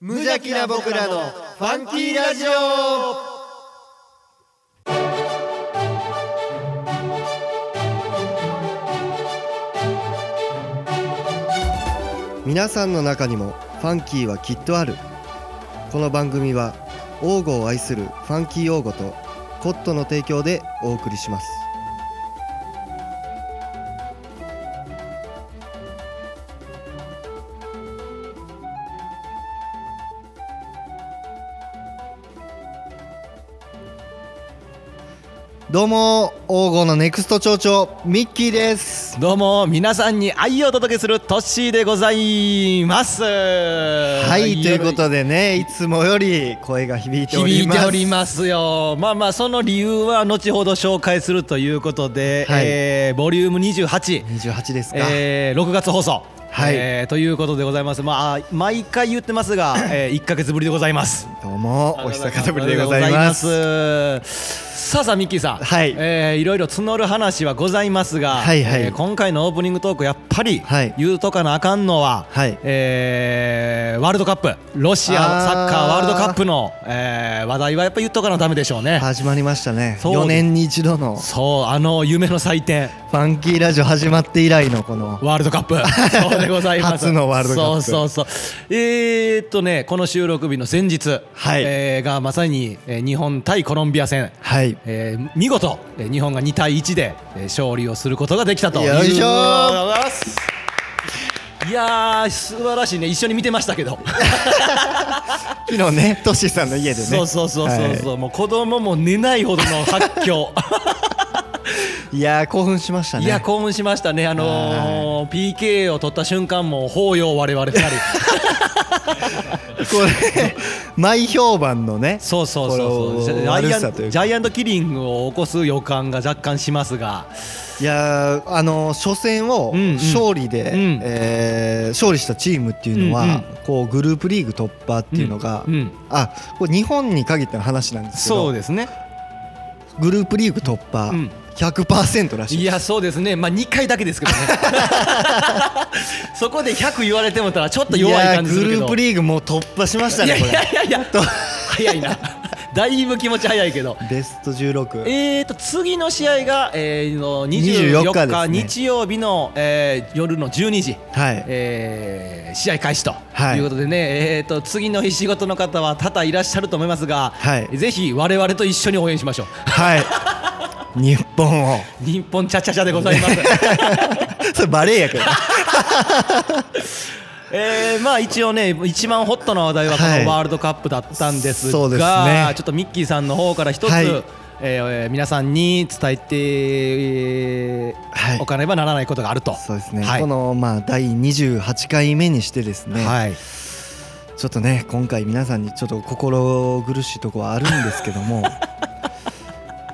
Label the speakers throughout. Speaker 1: 無邪気な僕らのファンキーラジオ皆さんの中にもファンキーはきっとあるこの番組は王語を愛するファンキー王語とコットの提供でお送りしますどうも王語のネクスト町長ミッキーです
Speaker 2: どうも皆さんに愛をお届けするトッシーでございますは
Speaker 1: はいということでねいつもより声が響いてお
Speaker 2: 響
Speaker 1: り
Speaker 2: い
Speaker 1: ます
Speaker 2: ておりますよまあまあその理由は後ほど紹介するということで、
Speaker 1: はい
Speaker 2: えーボリューム28
Speaker 1: 28ですか、
Speaker 2: えー、6月放送、
Speaker 1: はい
Speaker 2: えーということでございます、まあ、毎回言ってま すが、えー、1か月ぶりでございます。
Speaker 1: どうもお久方ぶりでございます
Speaker 2: さあさあミッキーさん、
Speaker 1: はい
Speaker 2: えーいろいろ募る話はございますが、
Speaker 1: はいはい
Speaker 2: えー今回のオープニングトークやっぱり
Speaker 1: はい
Speaker 2: 言うとかなあかんのは、
Speaker 1: はい
Speaker 2: えーワールドカップロシア
Speaker 1: あー
Speaker 2: サッカーワールドカップの、えー話題はやっぱ言っとかなダメでしょうね。
Speaker 1: 始まりましたね
Speaker 2: そうです
Speaker 1: 4年に一度のフ
Speaker 2: そうあの夢の祭典
Speaker 1: ァンキーラジオ始まって以来のこの
Speaker 2: ワールドカ ップそうでございます
Speaker 1: 初のワールドカップ
Speaker 2: そうそうそうえー、っとねこの収録日の前日、
Speaker 1: はい
Speaker 2: えーがまさに、えー日本対コロンビア戦
Speaker 1: はい
Speaker 2: えー見事、えー日本が2対1で、えー勝利をすることができたという
Speaker 1: よいしょー
Speaker 2: うわーいやー素晴らしいね一緒に見てましたけど、
Speaker 1: 昨日ね トシさんの家でね
Speaker 2: そうそうそうそうそう、もう子供も寝ないほどの発狂
Speaker 1: い、いやー興奮しま したね
Speaker 2: いや興奮しましたねあのー、PK を取った瞬間もう抱擁我々2人
Speaker 1: これ 前評判のね
Speaker 2: そうそうそうそう
Speaker 1: こ
Speaker 2: ジ
Speaker 1: の
Speaker 2: ャイ
Speaker 1: 悪
Speaker 2: ア
Speaker 1: さ
Speaker 2: ン
Speaker 1: というか
Speaker 2: ジャイアントキリングを起こす予感が若干しますが
Speaker 1: いやーあの初戦を
Speaker 2: うんうん
Speaker 1: 勝利で、
Speaker 2: うん
Speaker 1: えー勝利したチームっていうのは、
Speaker 2: うんうん
Speaker 1: こうグループリーグ突破っていうのが、
Speaker 2: うんうん
Speaker 1: あこれ日本に限った話なんですけ
Speaker 2: そ
Speaker 1: ど
Speaker 2: うですね
Speaker 1: グループリーグ突破、
Speaker 2: うん
Speaker 1: 100%らしい
Speaker 2: いやそうですね、まあ、2回だけですけどね、 そこで100言われてもたら、ちょっと弱い感じするけ
Speaker 1: いやーグル
Speaker 2: ど、
Speaker 1: ープリーグもう突破しました
Speaker 2: い
Speaker 1: ね
Speaker 2: やい
Speaker 1: これ
Speaker 2: やいやいや、 早いな、だいぶ気持ち早いけど、
Speaker 1: ベスト16
Speaker 2: えーと次の試合が、えー、の24
Speaker 1: 24日
Speaker 2: 日
Speaker 1: ですね
Speaker 2: 日曜日の、えー夜の12時、
Speaker 1: はい
Speaker 2: えー試合開始と
Speaker 1: はい
Speaker 2: いうことでね、えー、と次の日仕事の方は多々いらっしゃると思いますが、
Speaker 1: はい
Speaker 2: ぜひ我々と一緒に応援しましょう。
Speaker 1: はい日 本を
Speaker 2: 日本ちゃちゃちゃでございます。
Speaker 1: それバレーやけど
Speaker 2: えー、まあ一応ね一番ホットな話題はこ
Speaker 1: はい
Speaker 2: のワールドカップだったんですが、
Speaker 1: そうですね
Speaker 2: ちょっとミッキーさんの方から一つ、
Speaker 1: はい
Speaker 2: えーえー皆さんに伝えて、えー
Speaker 1: はい
Speaker 2: おかねばならないことがあると。
Speaker 1: そうですね、
Speaker 2: はい、
Speaker 1: このまあ第28回目にしてですね、
Speaker 2: はい、
Speaker 1: ちょっとね今回皆さんにちょっと心苦しいとこはあるんですけど も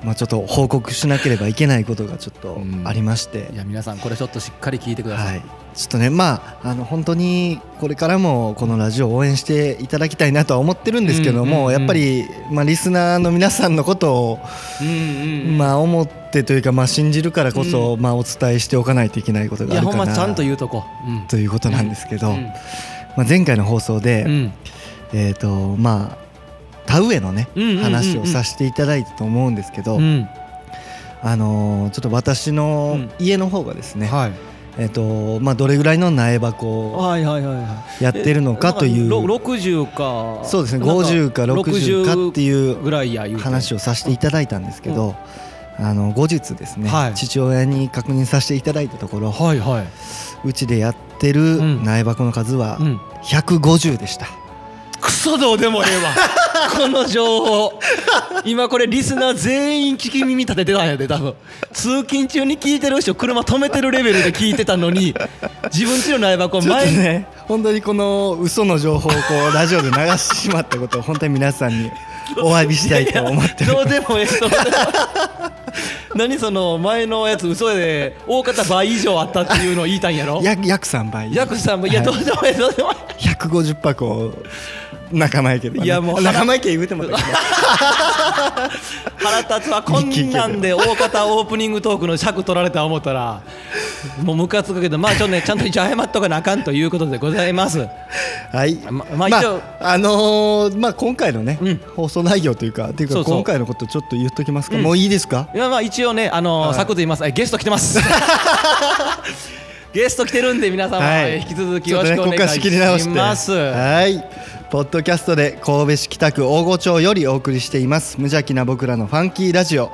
Speaker 1: まあちょっと報告しなければいけないことがちょっと
Speaker 2: うん
Speaker 1: ありまして
Speaker 2: い、や皆さんこれちょっとしっかり聞いてください。
Speaker 1: はい、ちょっとねまああの本当にこれからもこのラジオを応援していただきたいなとは思ってるんですけども、
Speaker 2: うんうんうん
Speaker 1: やっぱり、まあ、リスナーの皆さんのことを、
Speaker 2: うんうん、
Speaker 1: まあ、思ってというか、まあ、信じるからこそ、まあ、お伝えしておかないといけないこと
Speaker 2: い
Speaker 1: があ
Speaker 2: や
Speaker 1: る
Speaker 2: ほん
Speaker 1: か
Speaker 2: まちゃ
Speaker 1: なん
Speaker 2: と
Speaker 1: と
Speaker 2: 言うとこ。うん
Speaker 1: いうことなんですけど、
Speaker 2: うん
Speaker 1: まあ、前回の放送で、
Speaker 2: うん
Speaker 1: えーとまあ、田植えのね、
Speaker 2: うんうんうんうん
Speaker 1: 話をさせていただいたと思うんですけど、
Speaker 2: うん
Speaker 1: あのーちょっと私の家の方がですね、
Speaker 2: はい
Speaker 1: えーとまあ、どれぐらいの苗箱を
Speaker 2: はいはいはいは
Speaker 1: やってるのかとい
Speaker 2: えろ
Speaker 1: う
Speaker 2: 60か
Speaker 1: そうですね
Speaker 2: なん
Speaker 1: 50か60かっていう
Speaker 2: ぐらいや言うて
Speaker 1: 話をさせていただいたんですけど、あの後日ですね、
Speaker 2: はい
Speaker 1: 父親に確認させていただいたところ
Speaker 2: はいはいう
Speaker 1: ちでやってる
Speaker 2: うん
Speaker 1: 苗箱の数は
Speaker 2: うん
Speaker 1: 150でした。
Speaker 2: クソどうでもえ えわこの情報今これリスナー全員聞き耳立ててたんやで多分通勤中に聞いてる人車止めてるレベルで聞いてたのに自分ちの苗箱
Speaker 1: ちょっと
Speaker 2: 前に
Speaker 1: ね本当にこの嘘の情報をこうラジオで流してしまったことを本当に皆さん にお詫びしたいと思ってる
Speaker 2: どうでもええそんな何その前のやつ嘘で大方倍以上あったっていうのを言いたいんやろ
Speaker 1: 約約3倍
Speaker 2: ヤクさんもいや
Speaker 1: は
Speaker 2: どうでもええどうでもええ
Speaker 1: 150箱を仲間やけど、ね、
Speaker 2: いやもう
Speaker 1: 仲間やけ言うても だけど
Speaker 2: 腹立つはこんなんで大方オープニングトークの尺取られた思ったらもうムカつくけどまあちょっとねちゃんと一応謝っとかなあかんということでございます
Speaker 1: はい、
Speaker 2: ままあ一応
Speaker 1: あのーまあ今回のね、
Speaker 2: うん
Speaker 1: 放送内容というか、というか
Speaker 2: そうそう
Speaker 1: 今回のことちょっと言っときますか。
Speaker 2: うん
Speaker 1: もういいですか？
Speaker 2: いやまあ一応ねあのー
Speaker 1: はい
Speaker 2: サクッと言いますえゲスト来てます ゲスト来てるんで皆様、えー引き続きよろしく
Speaker 1: ちょっとね
Speaker 2: お願い
Speaker 1: ここから仕切り直し
Speaker 2: してます、
Speaker 1: はい。ポッドキャストで神戸市北区大御町よりお送りしています無邪気な僕らのファンキーラジオ。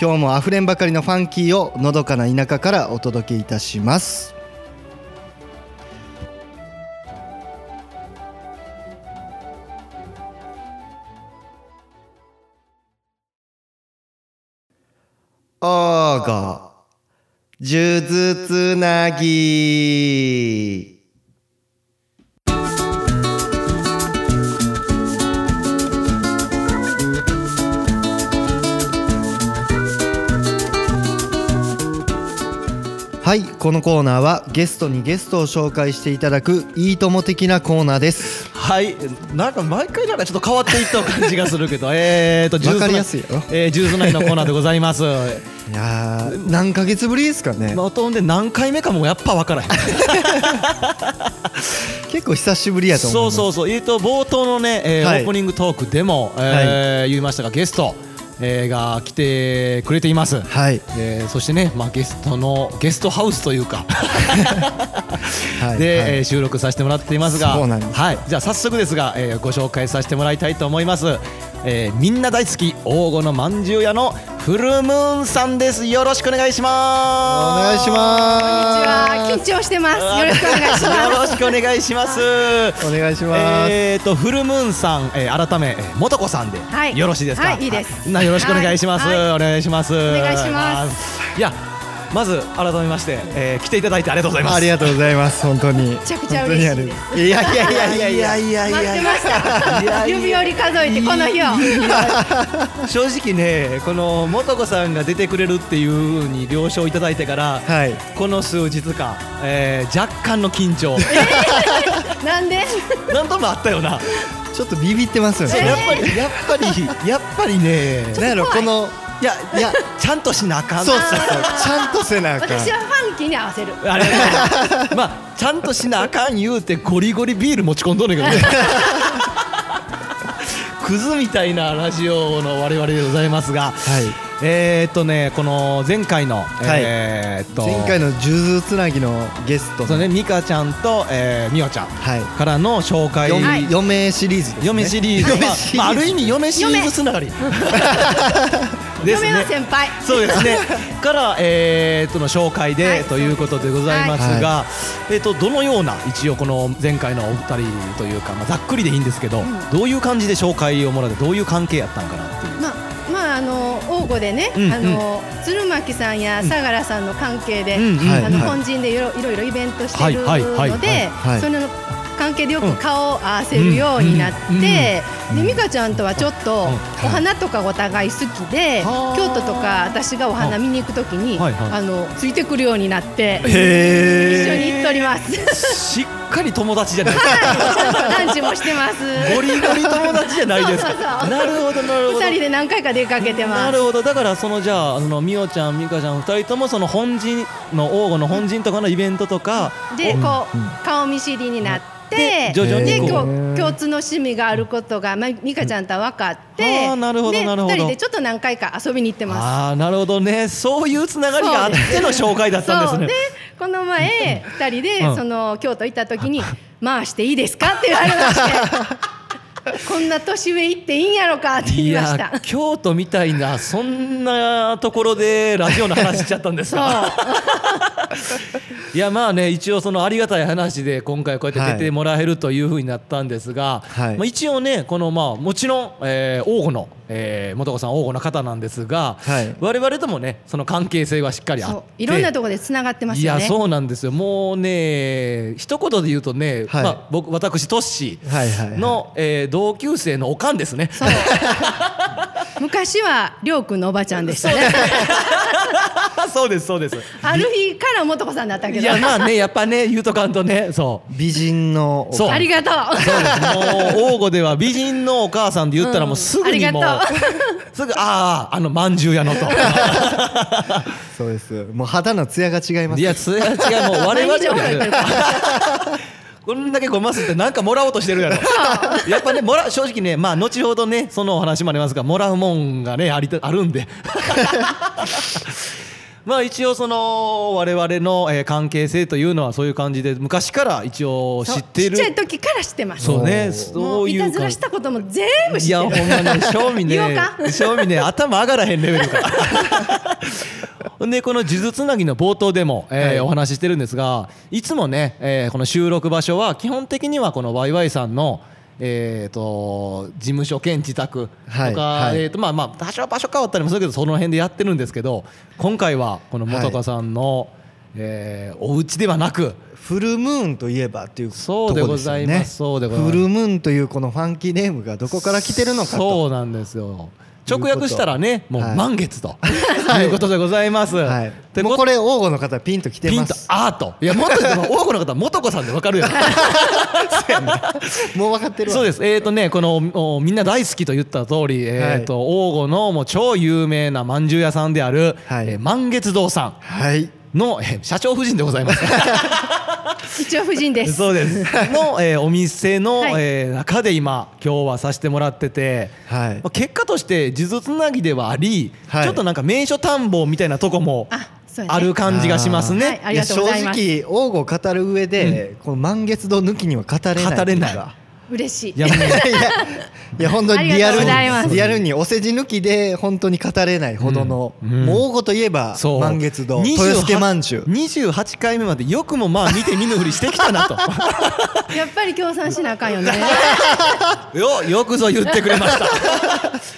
Speaker 1: 今日もあふれんばかりのファンキーをのどかな田舎からお届けいたします。おーご数珠つなぎはいこのコーナーはゲストにゲストを紹介していただくいいとも的なコーナーです
Speaker 2: はい、なんか毎回なんかちょっと変わっていった感じがする けど、えーと、
Speaker 1: わかりやすいよ
Speaker 2: えー、ジュースナインのコーナーでござ います。
Speaker 1: いやー何ヶ月ぶりですかね、
Speaker 2: まあ、とんで何回目かもやっぱ分からへん。
Speaker 1: 結構久しぶりやと思い
Speaker 2: そ
Speaker 1: ま
Speaker 2: う
Speaker 1: す
Speaker 2: そうそう、えーと、冒頭のね、えー
Speaker 1: はい
Speaker 2: オープニングトークでも、えー言いましたが、ゲスト、えーが来てくれています。
Speaker 1: はい
Speaker 2: えーそしてね、まあ、ゲストのゲストハウスというか、
Speaker 1: はいはい
Speaker 2: で、えー収録させてもらっていますが
Speaker 1: そうなんです
Speaker 2: はい、じゃあ早速ですが、えーご紹介させてもらいたいと思います、えーみんな大好き黄金のまんじゅう屋のフルムーンさんですよろしくお願いし
Speaker 1: お
Speaker 2: ま
Speaker 1: 願
Speaker 2: す
Speaker 1: いし
Speaker 3: こんにちは
Speaker 1: ま
Speaker 3: 緊張してますよろしくお願いし
Speaker 2: よ
Speaker 3: ま
Speaker 2: ろ
Speaker 3: す
Speaker 2: しくお願いします
Speaker 1: す お願いします、
Speaker 2: えーとフルムーンさん、えー改め、えー、もとこさんで、
Speaker 3: はい
Speaker 2: よろしいですか、
Speaker 3: はいいいです
Speaker 2: なよろしくお願いします、
Speaker 3: はい
Speaker 2: お願いしますお
Speaker 3: 願いします
Speaker 2: いやまず改めまして、えー来ていただいてありがとうございます
Speaker 1: ありがとうございます本当にめ
Speaker 3: ちゃくちゃ嬉しいです
Speaker 1: いやいやいやいやいやいやい
Speaker 3: 待ってました指折り数えてこの日を
Speaker 2: 正直ねこの素子さんが出てくれるっていうふうに了承いただいてから、
Speaker 1: はい
Speaker 2: この数日間、えー若干の緊張
Speaker 3: なんで
Speaker 2: なんともあったよな、
Speaker 1: ちょっとビビってますよ
Speaker 3: えー
Speaker 2: や
Speaker 1: ね
Speaker 2: っぱりやっぱりやっぱりね
Speaker 1: なんやろこの
Speaker 2: いやいやちゃんとしなあか
Speaker 1: そ
Speaker 2: ん
Speaker 1: うそうそうちゃんとせなあかん
Speaker 3: 私はファンキーに合わせる
Speaker 2: あれまあちゃんとしなあかん言うてゴリゴリビール持ち込んどんねん けどねクズみたいなラジオの我々でございますが、
Speaker 1: はい
Speaker 2: えーっとねこの前回の、
Speaker 1: はい
Speaker 2: えーっと
Speaker 1: 前回の数珠つなぎのゲスト
Speaker 2: そう
Speaker 1: の
Speaker 2: ね、美香ちゃんと、えー、美桜ちゃん
Speaker 1: はい
Speaker 2: からの紹介、
Speaker 1: 嫁、
Speaker 3: はい
Speaker 1: 嫁シリーズですね
Speaker 2: 嫁シリーズ、
Speaker 1: 嫁
Speaker 2: まあ
Speaker 1: シリーズ
Speaker 2: まあ、ある意味嫁シリーズつながりです
Speaker 3: 嫁は
Speaker 2: ね
Speaker 3: 先輩
Speaker 2: そうです ねから、えー、との紹介で、
Speaker 3: はい
Speaker 2: ということでございますが、えー、とどのような一応この前回のお二人というか、まあ、ざっくりでいいんですけど、
Speaker 3: ん
Speaker 2: どういう感じで紹介をもらってどういう関係やったんかなっていう。
Speaker 3: まあまああの王吾でね、
Speaker 2: うん
Speaker 3: あの鶴巻さんや相良さんの関係で、
Speaker 2: うんうん
Speaker 1: はい
Speaker 3: あの本陣でいろいろいろイベントしてるので、
Speaker 2: はいはいはい
Speaker 1: はい
Speaker 3: その関係でよく顔を合わせるようになって、
Speaker 2: うん
Speaker 3: で美香ちゃんとはちょっと
Speaker 2: うん
Speaker 3: お花とかお互い好きで、
Speaker 2: はあ
Speaker 3: 京都とか私がお花見に行くときに、
Speaker 2: はいはい
Speaker 3: あのついてくるようになって一
Speaker 1: へ
Speaker 3: 緒
Speaker 1: ー
Speaker 3: に行っております。
Speaker 2: しっかり友達じゃない
Speaker 3: ランチもしてます。
Speaker 2: ゴリゴリ友達じゃないですか。
Speaker 3: そうそうそう
Speaker 2: なるほどなるほど
Speaker 3: 二。人で何回か出かけてま
Speaker 2: な
Speaker 3: す。
Speaker 2: るほどだからそのじゃああの美桜ちゃん美香ちゃん二人ともその本陣の王吾の本陣とかのイベントとか
Speaker 3: で
Speaker 2: を
Speaker 3: こう、
Speaker 1: うん
Speaker 3: 顔見知りになって
Speaker 2: で
Speaker 3: で
Speaker 2: 徐々
Speaker 1: にこう
Speaker 3: こう共通の趣味があることが、まあ、美香ちゃんとは分かって、
Speaker 2: うんあーなるほど
Speaker 3: で
Speaker 2: なるほど
Speaker 3: 二人でちょっと何回か遊びに行ってます。
Speaker 2: ああなるほどねそういうつながりがあっての紹介だったん
Speaker 3: そう
Speaker 2: で
Speaker 3: です
Speaker 2: ね
Speaker 3: この前二人で、
Speaker 2: うん
Speaker 3: その京都行った時に「回していいですか?」って言われ ましてこんな年上行っていいんやろかって言いました
Speaker 2: や京都みたいなそんなところでラジオの話しちゃったんです
Speaker 3: そう
Speaker 2: かいやまあね一応そのありがたい話で今回こうやって出てもらえるというふうになったんですが、
Speaker 1: はい
Speaker 2: まあ、一応ねこのまあもちろん、えー、王吾の、えー、元子さん王吾の方なんですが、
Speaker 1: はい
Speaker 2: 我々ともねその関係性はしっかりあ
Speaker 3: そう
Speaker 2: って
Speaker 3: いろんなところでつながってますよね
Speaker 2: いやそうなんですよもうね一言で言うとね、
Speaker 1: はい
Speaker 2: まあ、僕私トッシー
Speaker 1: はいはいはい
Speaker 2: の、えー同級生のおかんですね。
Speaker 3: そう昔はりょうくんのおばちゃんでしたね
Speaker 2: そう そうですそうです
Speaker 3: ある日からもとこさんだったけ
Speaker 2: い
Speaker 3: ど
Speaker 2: やまあねやっぱね言うとかんとねそう
Speaker 1: 美人の
Speaker 2: そう
Speaker 3: ありがとう
Speaker 2: そうですもう王吾では美人のお母さんで言ったらもうすぐにもう、
Speaker 3: うんあり
Speaker 2: すぐあああのまんじゅう屋の と
Speaker 1: そうですもう肌の艶が違いま
Speaker 2: い
Speaker 1: す
Speaker 2: やそれは違うもう我々じゃ
Speaker 3: 毎日 怒られてる
Speaker 2: ないこんだけごますってなんかもらおうとしてるやろやっぱねもら正直ねまあ後ほどねそのお話もありますがもらうもんがねありたあるんで まあ一応その我々のえー関係性というのはそういう感じで昔から一応知ってる
Speaker 3: ちっちゃい時から知ってます
Speaker 2: そうね
Speaker 3: も
Speaker 2: そうう
Speaker 3: い
Speaker 2: いう
Speaker 3: た
Speaker 2: 感
Speaker 3: ずらしたことも全部知っ
Speaker 2: いやほ
Speaker 3: てる
Speaker 2: んまね正味
Speaker 3: 言おう
Speaker 2: ね
Speaker 3: か
Speaker 2: 正味ね頭上がらへんレベルから ほんでこの「数珠つなぎ」の冒頭でも、えー
Speaker 1: はい
Speaker 2: お話ししてるんですがいつもね、えーこの収録場所は基本的にはこのワイワイさんのえー、と事務所兼自宅とか、
Speaker 1: はいはい
Speaker 2: えーとまあまあ、多少場所変わったりもするけどその辺でやってるんですけど今回はこの元子さんの、えーお家ではなく
Speaker 1: フルムーンといえばっていう
Speaker 2: そうでございます
Speaker 1: とこですよね
Speaker 2: そうでございます
Speaker 1: フルムーンというこのファンキーネームがどこから来てるのかと
Speaker 2: そうなんですよ
Speaker 1: ということ
Speaker 2: 直訳したらねもう
Speaker 1: はい
Speaker 2: 満 月と、い、うことでございます、
Speaker 1: はい
Speaker 2: で
Speaker 1: もうこれ王吾の方ピンと来て
Speaker 2: ピ
Speaker 1: ま
Speaker 2: ンと
Speaker 1: す
Speaker 2: アートいやもっと言うと多くの方は元子さんでわかるよ
Speaker 1: もう分かってるわ
Speaker 2: そうですえっ、とねこのおみんな大好きと言った通りえっ、と王吾のもう超有名な饅頭屋さんである、
Speaker 1: はい
Speaker 2: えー満月堂さ
Speaker 1: はい
Speaker 2: んの、えー社長夫人でございます
Speaker 3: 一応夫人で す
Speaker 2: そ うです。の、えーお店の、
Speaker 3: はい
Speaker 2: えー中で今今日はさせてもらってて、
Speaker 1: はい
Speaker 2: まあ結果として地図つなぎではあり、
Speaker 1: はい
Speaker 2: ちょっとなんか名所探訪みたいなとこも
Speaker 3: あそうやね
Speaker 2: ある感じがします
Speaker 3: はい
Speaker 2: ね。
Speaker 3: ありがとうございます
Speaker 1: や正直王吾を語る上で、この満月堂抜きには語れない
Speaker 2: 語れない
Speaker 1: い
Speaker 3: 嬉しい
Speaker 2: いやもう
Speaker 1: いや本当にリアル
Speaker 3: ありがとうございます
Speaker 1: にリアルにお世辞抜きで本当に語れないほどの、
Speaker 2: うんうん
Speaker 1: もう王吾といえば
Speaker 2: そう
Speaker 1: 満月堂
Speaker 2: 28
Speaker 1: 豊助まんじゅう
Speaker 2: 28回目までよくもまあ見て見ぬふりしてきたなと
Speaker 3: やっぱり協賛しなあかんよね
Speaker 2: よよくぞ言ってくれました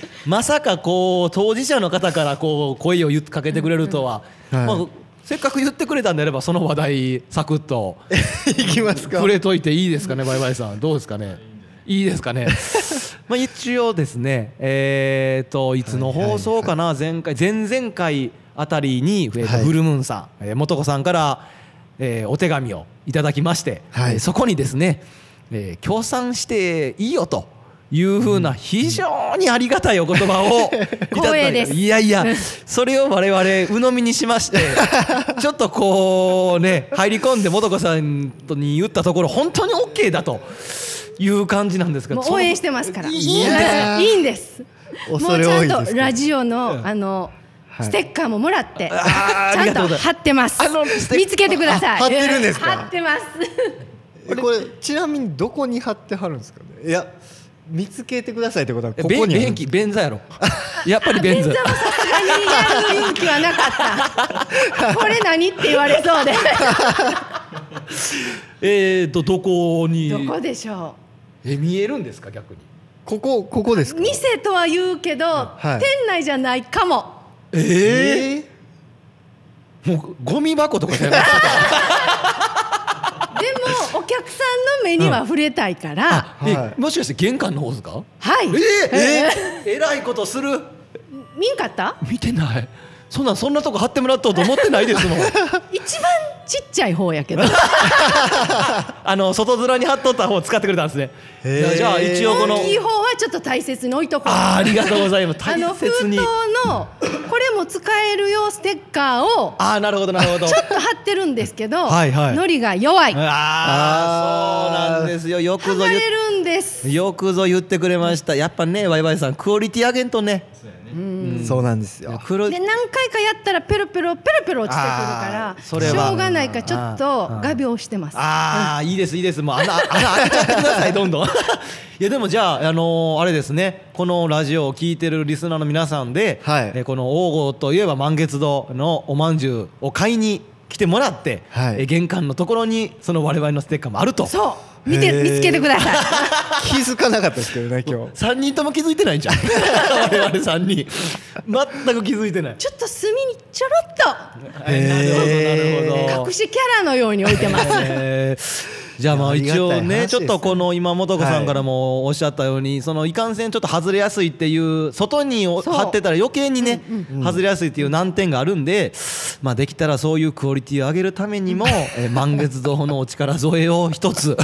Speaker 2: まさかこう当事者の方からこう声を言っかけてくれるとは、
Speaker 1: うんうんはい
Speaker 2: まあ、せっかく言ってくれたんであればその話題サクッと
Speaker 1: いきますか
Speaker 2: 触れといていいですかね、バイバイさん、どうですかね。いいですかね。 まあ一応ですね、えー、といつの放送かな、前回前々回あたりに、えーと
Speaker 1: はい
Speaker 2: フルムーンさん、えー、元子さんから、えーお手紙をいただきまして、
Speaker 1: はい
Speaker 2: えーそこにですね、えー、協賛していいよと。いうふうな非常にありがたいお言葉をいただ
Speaker 3: 光栄
Speaker 2: い
Speaker 3: で
Speaker 2: て
Speaker 3: す
Speaker 2: いやいやそれを我々鵜呑みにし ましてちょっとこうね入り込んでもとこさんとに言ったところ本当に OK だという感じなんですけど
Speaker 3: もう応援してますから
Speaker 2: い
Speaker 3: い
Speaker 2: い
Speaker 3: い
Speaker 1: い
Speaker 3: ん
Speaker 1: や
Speaker 3: ですいいんですも
Speaker 1: 恐
Speaker 3: う
Speaker 1: れ
Speaker 3: ち
Speaker 1: 多いですけど
Speaker 3: ゃんとラジオのあの
Speaker 1: はい
Speaker 3: ステッカーももらってち
Speaker 2: あーあ
Speaker 3: ゃ
Speaker 2: り
Speaker 3: ん
Speaker 2: がとう
Speaker 3: と
Speaker 2: ございます
Speaker 3: 貼ってます
Speaker 2: あのステッカー
Speaker 3: 見つけてください
Speaker 1: あ貼ってるんですか
Speaker 3: 貼ってます
Speaker 1: えこれちなみにどこに貼ってはるんですかねいや見つけてくださいってことはここにあ
Speaker 2: べ
Speaker 1: るん
Speaker 2: 便器便座や ろやっぱり便座
Speaker 3: さすがにやる雰囲気はな かったこれ何って言われそうで
Speaker 2: えーとどこに
Speaker 3: どこでしょ
Speaker 2: え見えるんですか逆に
Speaker 1: ここここです
Speaker 3: う
Speaker 1: か
Speaker 3: 店とは言うけど、
Speaker 1: はい
Speaker 3: 店内じゃないかも
Speaker 2: えー、もうゴミ箱とかじゃないですか
Speaker 3: でもお客さんの目には触れたいから、
Speaker 2: え
Speaker 1: はい
Speaker 2: もしかして玄関の方ですか
Speaker 3: はい
Speaker 2: えー、え ー、えらいことする
Speaker 3: 見んかった
Speaker 2: 見てないそんなんそんなとこ貼ってもらっとうと思ってないですもん
Speaker 3: 一番ちっちゃい方やけど
Speaker 2: あの外面に貼っとった方を使ってくれたんですね
Speaker 1: へー
Speaker 2: じゃあ一応この
Speaker 3: 大きい方はちょっと大切に置いとこう
Speaker 2: あーありがとうございます
Speaker 3: あ
Speaker 2: 大
Speaker 3: の封筒
Speaker 2: 切に
Speaker 3: のこれも使えるよステッカーを
Speaker 2: ああなるほどなるほど
Speaker 3: ちょっと貼ってるんですけ ど
Speaker 2: はいはい
Speaker 3: のりが弱い剥
Speaker 2: ああそうなんですよよくぞ
Speaker 3: が
Speaker 2: 言っ
Speaker 3: れるんです
Speaker 2: よくぞ言ってくれましたやっぱねワイワイさんクオリティ上げんとね
Speaker 1: そうなんですよ
Speaker 2: 黒
Speaker 3: で何回かやったらペロペロペロペロ落ちてくるか
Speaker 2: あー
Speaker 3: らし
Speaker 2: そ
Speaker 3: ょ
Speaker 2: れは
Speaker 3: うがないからちょっと画鋲してます
Speaker 2: ああいいですいいですもう穴穴開けちゃってくだ さいどんどんいやでもじゃあ、あのーあれですねこのラジオを聞いてるリスナーの皆さんで、
Speaker 1: はい
Speaker 2: えーこの王郷といえば満月堂のおまんじゅうを買いに来てもらって、
Speaker 1: はい
Speaker 2: えー玄関のところにその我々のステッカーもあると
Speaker 3: そう見て
Speaker 1: へー
Speaker 3: 見つけてください
Speaker 1: 気づかなかったですけどね 今日
Speaker 2: 3人とも気づいてないんじゃん 我々三人全く気づいてない
Speaker 3: ちょっと隅にちょろっ
Speaker 2: なるほどなるほど
Speaker 3: と隠しキャラのように置いてます
Speaker 2: えーじゃあまあ
Speaker 1: いやあ
Speaker 2: 一
Speaker 1: りがたい話で
Speaker 2: 応ね
Speaker 1: す
Speaker 2: ち
Speaker 1: ね
Speaker 2: ょっとこの今素子さんからもおっしゃったようにそのいかんせんちょっと外れやすいっていう外にお
Speaker 3: そう
Speaker 2: 貼ってたら余計にね外れやすいっていう難点があるんでまあできたらそういうクオリティを上げるためにもえー満月堂のお力添えを一つ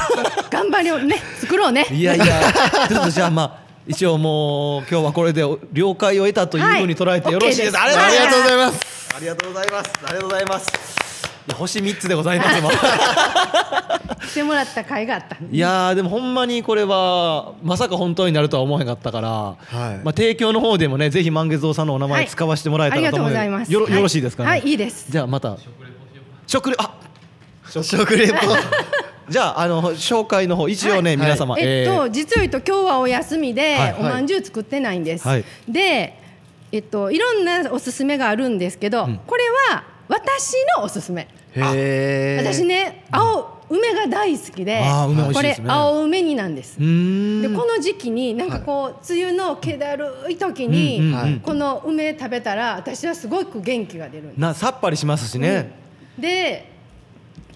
Speaker 3: 頑張りをね作ろうね
Speaker 2: いやいやちょっとじゃあまあ一応もう今日はこれで了解を得たというふうに捉えてよろしいです、
Speaker 3: はい
Speaker 2: ありがとうございます
Speaker 1: ありがとうございます
Speaker 2: ありがとうございます。ありがとうございます。いや星三つでございます。今
Speaker 3: してもらった甲斐があった
Speaker 2: いやーでもほんまにこれはまさか本当になるとは思わへんかったから、
Speaker 1: はい
Speaker 2: まあ提供の方でもねぜひ満月堂さんのお名
Speaker 3: は
Speaker 2: 前
Speaker 3: い
Speaker 2: 使わせてもらえたらと思う
Speaker 3: ありがとうございます
Speaker 2: よろ
Speaker 3: はい
Speaker 2: よろしいですかね。
Speaker 3: はいいいです
Speaker 2: じゃあまた食レあ
Speaker 1: 食レポ
Speaker 2: じゃああの紹介の方一応ね、
Speaker 1: はい
Speaker 2: 皆様、
Speaker 3: えっ
Speaker 2: ー
Speaker 3: と、実を言うと今日はお休みで、
Speaker 2: はい
Speaker 3: おまんじゅう作ってないんです、
Speaker 2: はい
Speaker 3: で、えっと、いろんなおすすめがあるんですけど、これは私のおすすめ、
Speaker 1: へえ
Speaker 3: 私ね青梅が大好きで
Speaker 2: あー梅美味し
Speaker 3: こ
Speaker 2: いで
Speaker 3: れ
Speaker 2: すね
Speaker 3: 青梅煮なんです
Speaker 2: うーん
Speaker 3: でこの時期になんかこう、梅雨の気だるい時に、
Speaker 2: うんうんうん
Speaker 1: はい
Speaker 3: この梅食べたら私はすごく元気が出るんです
Speaker 2: なさっぱりしますしね。
Speaker 3: で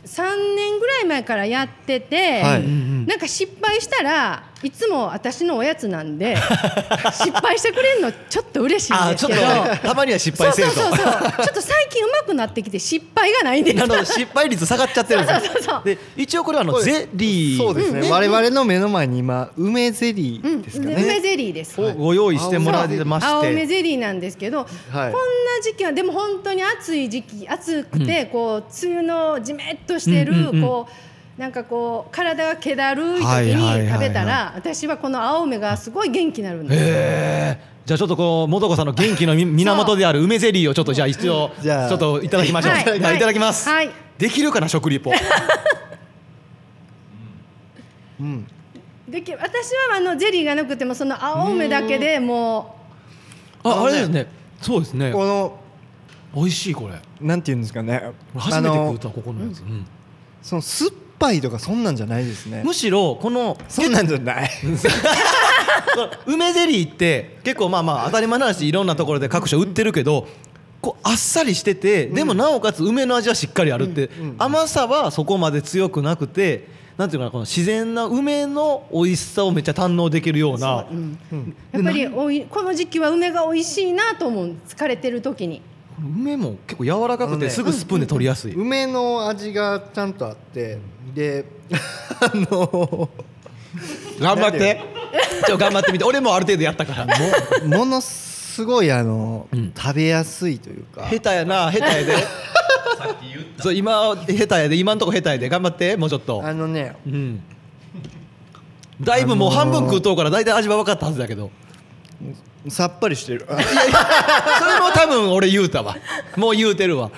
Speaker 3: 3年ぐらい前からやってて、
Speaker 1: はいうん
Speaker 2: うん
Speaker 3: なんか失敗したらいつも私のおやつなん で失敗してくれるのちょっと嬉しいん
Speaker 2: あ
Speaker 3: で
Speaker 2: ち
Speaker 3: す
Speaker 2: ょっ
Speaker 3: け
Speaker 2: と
Speaker 3: ど。
Speaker 2: ねたまには失
Speaker 3: そう
Speaker 2: 敗せ
Speaker 3: そ
Speaker 2: る
Speaker 3: う
Speaker 2: と。
Speaker 3: そうそう。ちょっと最近上手くなってきて失敗がないんで す。
Speaker 2: あの失敗率下がっちゃってるんですよ
Speaker 3: そうそうそうそう
Speaker 2: で一応これはあの
Speaker 1: そうです
Speaker 2: ゼリー
Speaker 1: そうですね、
Speaker 2: ね
Speaker 1: 我々の目の前に今梅ゼリ
Speaker 3: う
Speaker 1: ー
Speaker 3: ん
Speaker 1: ですか
Speaker 3: 梅
Speaker 1: ね、
Speaker 3: ゼリーです。
Speaker 2: をご用意してもらってま
Speaker 3: 青梅
Speaker 2: して
Speaker 3: ゼリーなんですけど、こんな時期はでも本当に暑い時期暑くて、こう梅雨のじめっとしてる、
Speaker 2: うんうんうん
Speaker 3: こうなんかこう体が気だるい時
Speaker 2: はいはいはい
Speaker 3: に
Speaker 2: はい
Speaker 3: 食べたら、私はこの青梅がすごい元気になるんです、
Speaker 2: えーじゃあちょっとこう素子さんの元気のみ源である梅ゼリーをちょっとじゃあ一応ち
Speaker 1: じゃあ
Speaker 2: ょっといただきましょう、
Speaker 3: はい
Speaker 2: じゃあ
Speaker 3: はい
Speaker 2: いただきます、
Speaker 3: はい
Speaker 2: できるかな食リポ
Speaker 1: うん、
Speaker 3: でき私はあのゼリーがなくてもその青梅だけでも
Speaker 2: ああれですねそうですね
Speaker 1: この
Speaker 2: 美味しいこれ
Speaker 1: なんていうんですかね
Speaker 2: 初めて食う
Speaker 1: あの
Speaker 2: たここのやつ、うん
Speaker 1: その酸っぱいとかそんなんじゃないですね
Speaker 2: むしろこの
Speaker 1: そんなんじゃない
Speaker 2: 梅ゼリーって結構まあまあ当たり前な話いろんなところで各所売ってるけどこうあっさりしててでもなおかつ梅の味はしっかりあるって甘さはそこまで強くなくてなんていうかなこの自然な梅の美味しさをめっちゃ堪能できるような
Speaker 3: う、うんやっぱりおいこの時期は梅が美味しいなと思う疲れてる時に
Speaker 2: 梅も結構柔らか
Speaker 1: あの
Speaker 2: く
Speaker 1: ね
Speaker 2: てすぐスプーンで取りやすい、
Speaker 1: 梅の味がちゃんとあってであの
Speaker 2: 頑張ってちょ頑張ってみて俺もある程度やったから
Speaker 1: もものすごいあの、
Speaker 2: うん
Speaker 1: 食べやすいというか
Speaker 2: 下手やな下手やでそう今下手やで今んとこ下手やで頑張ってもうちょっと
Speaker 1: あのね
Speaker 2: うんだいぶもう半分食うとうから大体味は分かったはずだけど
Speaker 1: さっぱりしてる
Speaker 2: それも多分俺言うたわもう言うてるわ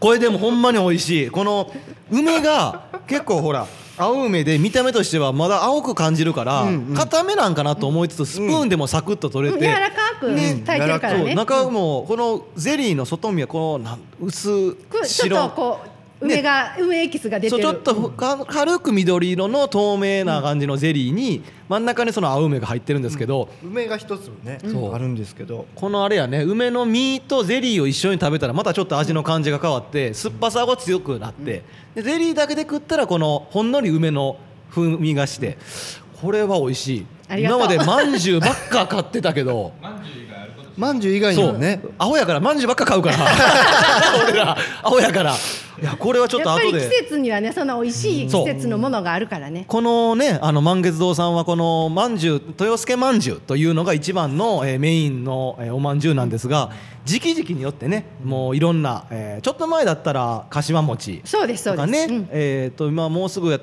Speaker 2: これでもほんまに美味しいこの梅が結構ほら青梅で見た目としてはまだ青く感じるから
Speaker 1: うんうん
Speaker 2: 固めなんかなと思いつつスプーンでもサクッと取れ
Speaker 3: 柔
Speaker 2: て
Speaker 3: らかく炊いてるから
Speaker 2: そう
Speaker 3: ね
Speaker 2: 中もこのゼリーの外見はこのなん薄
Speaker 3: くちょっと
Speaker 2: 白
Speaker 3: こう梅が、梅エキスが出て
Speaker 2: そう
Speaker 3: る
Speaker 2: ちょっとふか軽く緑色の透明な感じのゼリーに真ん中にその青梅が入ってるんですけど、
Speaker 1: 梅が一粒ね、
Speaker 2: そう
Speaker 1: あるんですけど
Speaker 2: このあれやね梅の実とゼリーを一緒に食べたらまたちょっと味の感じが変わって酸っぱさが強くなって、でゼリーだけで食ったらこのほんのり梅の風味がしてこれは美味しい
Speaker 3: ありがと
Speaker 2: 今
Speaker 3: う
Speaker 2: までまんじゅうばっか買ってたけ ど
Speaker 1: まんじゅう以外に
Speaker 2: そ
Speaker 1: も
Speaker 2: う
Speaker 1: ね
Speaker 2: アホやからまんじゅうばっか買うから 俺らアホやからいやこれはちょっと
Speaker 3: やっぱ
Speaker 2: 後
Speaker 3: り季
Speaker 2: で。
Speaker 3: 節にはねその美味しい季節のものがあるからね
Speaker 2: このねあの満月堂さんはこのまんじゅう豊助まんじゅうというのが一番の、えーメインの、えーおまんじゅうなんですが時期時期によってねもういろんな、えーちょっと前だったらかしわ餅
Speaker 3: そうですそ
Speaker 2: と
Speaker 3: うで
Speaker 2: か
Speaker 3: す、
Speaker 2: ね、
Speaker 3: うん
Speaker 2: えー、と今もうすぐや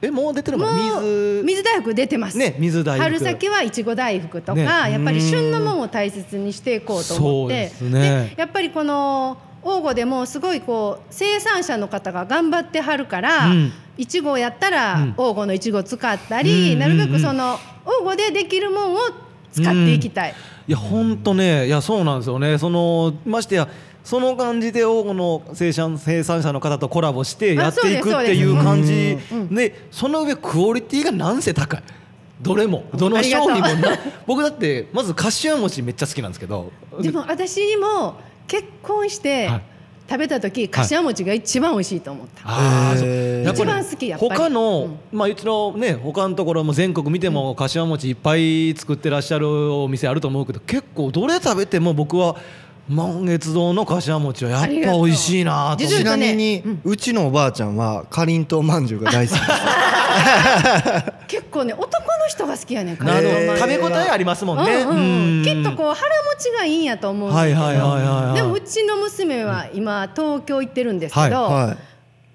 Speaker 2: えもう出てるのかな
Speaker 3: もう
Speaker 2: 水
Speaker 3: 水大福出てます、
Speaker 2: ね水大福
Speaker 3: 春先はいちご大福とか、
Speaker 2: ね
Speaker 3: やっぱり旬のものを大切にしていこうと思って
Speaker 2: そうですね
Speaker 3: やっぱりこの王吾でもすごいこう生産者の方が頑張ってはるから、
Speaker 2: うん
Speaker 3: いちごやった
Speaker 2: う
Speaker 3: ら
Speaker 2: ん
Speaker 3: 王吾のいちご使ったり、
Speaker 2: うん
Speaker 3: なるべくその王吾でできるもんを使っていきたい、
Speaker 2: いや本当ねいやそうなんですよねそのましてやその感じでこの生産生産者の方とコラボしてやっていくっ
Speaker 3: あそう
Speaker 2: て
Speaker 3: です
Speaker 2: いう感じ
Speaker 1: そう
Speaker 3: ですうん
Speaker 2: でその上クオリティがなんせ高いどれもどの商品も
Speaker 3: あり
Speaker 2: な僕だってまずかしわ餅めっちゃ好きなんですけど
Speaker 3: でも私も結婚して、
Speaker 2: はい
Speaker 3: 食べた時柏餅が一番美味しいと思った、
Speaker 2: あーそう
Speaker 1: へー
Speaker 2: やっぱり
Speaker 3: 一番好きやっぱり
Speaker 2: 他
Speaker 3: う
Speaker 2: の
Speaker 3: ん、
Speaker 2: まあ、うちのね、他のところも全国見ても、柏餅いっぱい作ってらっしゃるお店あると思うけど。結構どれ食べても、僕は満月堂の柏餅はやっぱ美味しいなと
Speaker 3: ありがと
Speaker 1: ち
Speaker 2: 思っ
Speaker 3: う
Speaker 2: て。
Speaker 1: なみに、
Speaker 3: うん
Speaker 1: うちのおばあちゃんはかりんとうまんじゅうが大好きです
Speaker 3: 結構ね男の人が好きやねん
Speaker 2: なるほ
Speaker 1: へ
Speaker 2: ど
Speaker 1: ー
Speaker 2: 食べ応えありますもんね。
Speaker 3: うんうんうん、きっと
Speaker 2: う
Speaker 3: こう腹持ちがいいんやと思うん
Speaker 2: ん。
Speaker 3: です
Speaker 2: はい
Speaker 3: けど、
Speaker 2: はいはいはいはい。
Speaker 3: でもうちの娘は今東京行ってるんですけど、
Speaker 1: は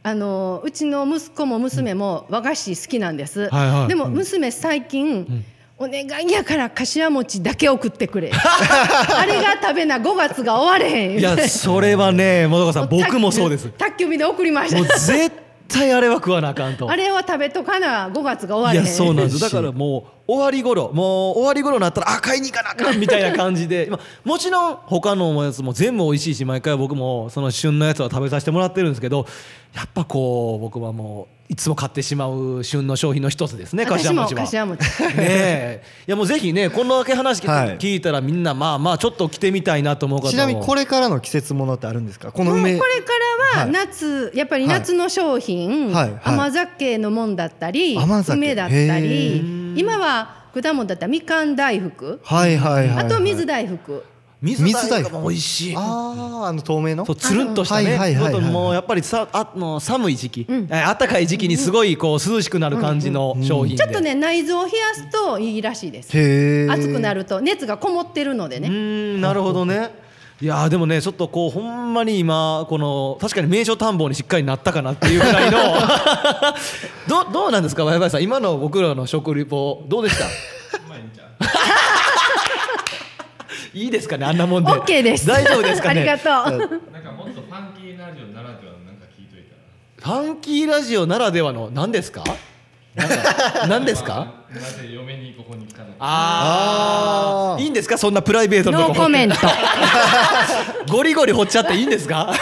Speaker 3: あのうちの息子も娘も和菓子好きなんです、
Speaker 2: はいはい
Speaker 3: でも娘最近、お願いやから柏餅だけ送って くれあれが食べな5月が終われへん言う
Speaker 2: いや、それは ね、もどかさん、僕もそうです。
Speaker 3: 宅急便で送りまし
Speaker 2: もう
Speaker 3: た
Speaker 2: 絶対あれは食わなあかんと。
Speaker 3: あれは食べとかな5月が終わ
Speaker 2: い
Speaker 3: れ
Speaker 2: や
Speaker 3: へん
Speaker 2: そうなんですだからもう終わり頃もう終わり頃になったらあ買いに行かなあかんみたいな感じでまあもちろん他のやつも全部美味しいし毎回僕もその旬のやつは食べさせてもらってるんですけどやっぱこう僕はもういつも買ってしまう旬の商品の一つですね
Speaker 3: 私
Speaker 2: 柏
Speaker 3: も
Speaker 2: 餅は。
Speaker 3: 柏餅
Speaker 2: ねえいやもうぜひねこのだけ話聞いて
Speaker 1: はい
Speaker 2: 聞いたらみんなまあまあちょっと来てみたいなと思う方
Speaker 1: い、
Speaker 2: も
Speaker 1: ちなみにこれからの季節ものってあるんですかこの
Speaker 3: もうこ
Speaker 1: 梅
Speaker 3: れからは
Speaker 1: はい
Speaker 3: 夏、やっぱり夏の商品、
Speaker 1: はいはい
Speaker 3: 甘酒のもんだったり、
Speaker 1: 甘酒
Speaker 3: 梅だった
Speaker 1: へ
Speaker 3: り今は果物だったらみかん大福、
Speaker 1: はいはいはい、はい、
Speaker 3: あと水大福
Speaker 2: 水
Speaker 1: 水大
Speaker 2: 大
Speaker 1: 福
Speaker 2: 福も美味しい。
Speaker 1: あああの透明の
Speaker 2: そうつるんとしたね、
Speaker 1: あのはいはいはいはい
Speaker 2: ちょっともうやっぱりさあの寒い時期、
Speaker 3: うん
Speaker 2: え暖かい時期にすごいこう涼しくなる感じの商品で、
Speaker 3: ちょっとね内臓を冷やすといいらしいです
Speaker 1: へえ
Speaker 3: 熱くな
Speaker 1: る
Speaker 3: ると熱がこもってるので
Speaker 2: う
Speaker 3: ね
Speaker 2: ーんなるほどねいやーでもねちょっとこうほんまに今この確かに名所探訪にしっかりなったかなっていうぐらいの どどうなんですかワイワイさん今の僕らの食リポどうでした いいですかねあんなもんで
Speaker 3: OK です
Speaker 2: 大丈夫ですかね
Speaker 3: ありがとう
Speaker 4: なんかもっとファンキーラジオならではのなんか聞いといたら。
Speaker 2: ファンキーラジオならではの何ですかなんか何ですか
Speaker 4: まあなぜ嫁にここに来たのか。
Speaker 2: あ
Speaker 1: あ
Speaker 2: あ
Speaker 1: ー
Speaker 2: いいんですかそんなプライベートのとこ
Speaker 3: ノーコメントた
Speaker 2: ゴリゴリ掘っちゃっていいんです か
Speaker 3: ま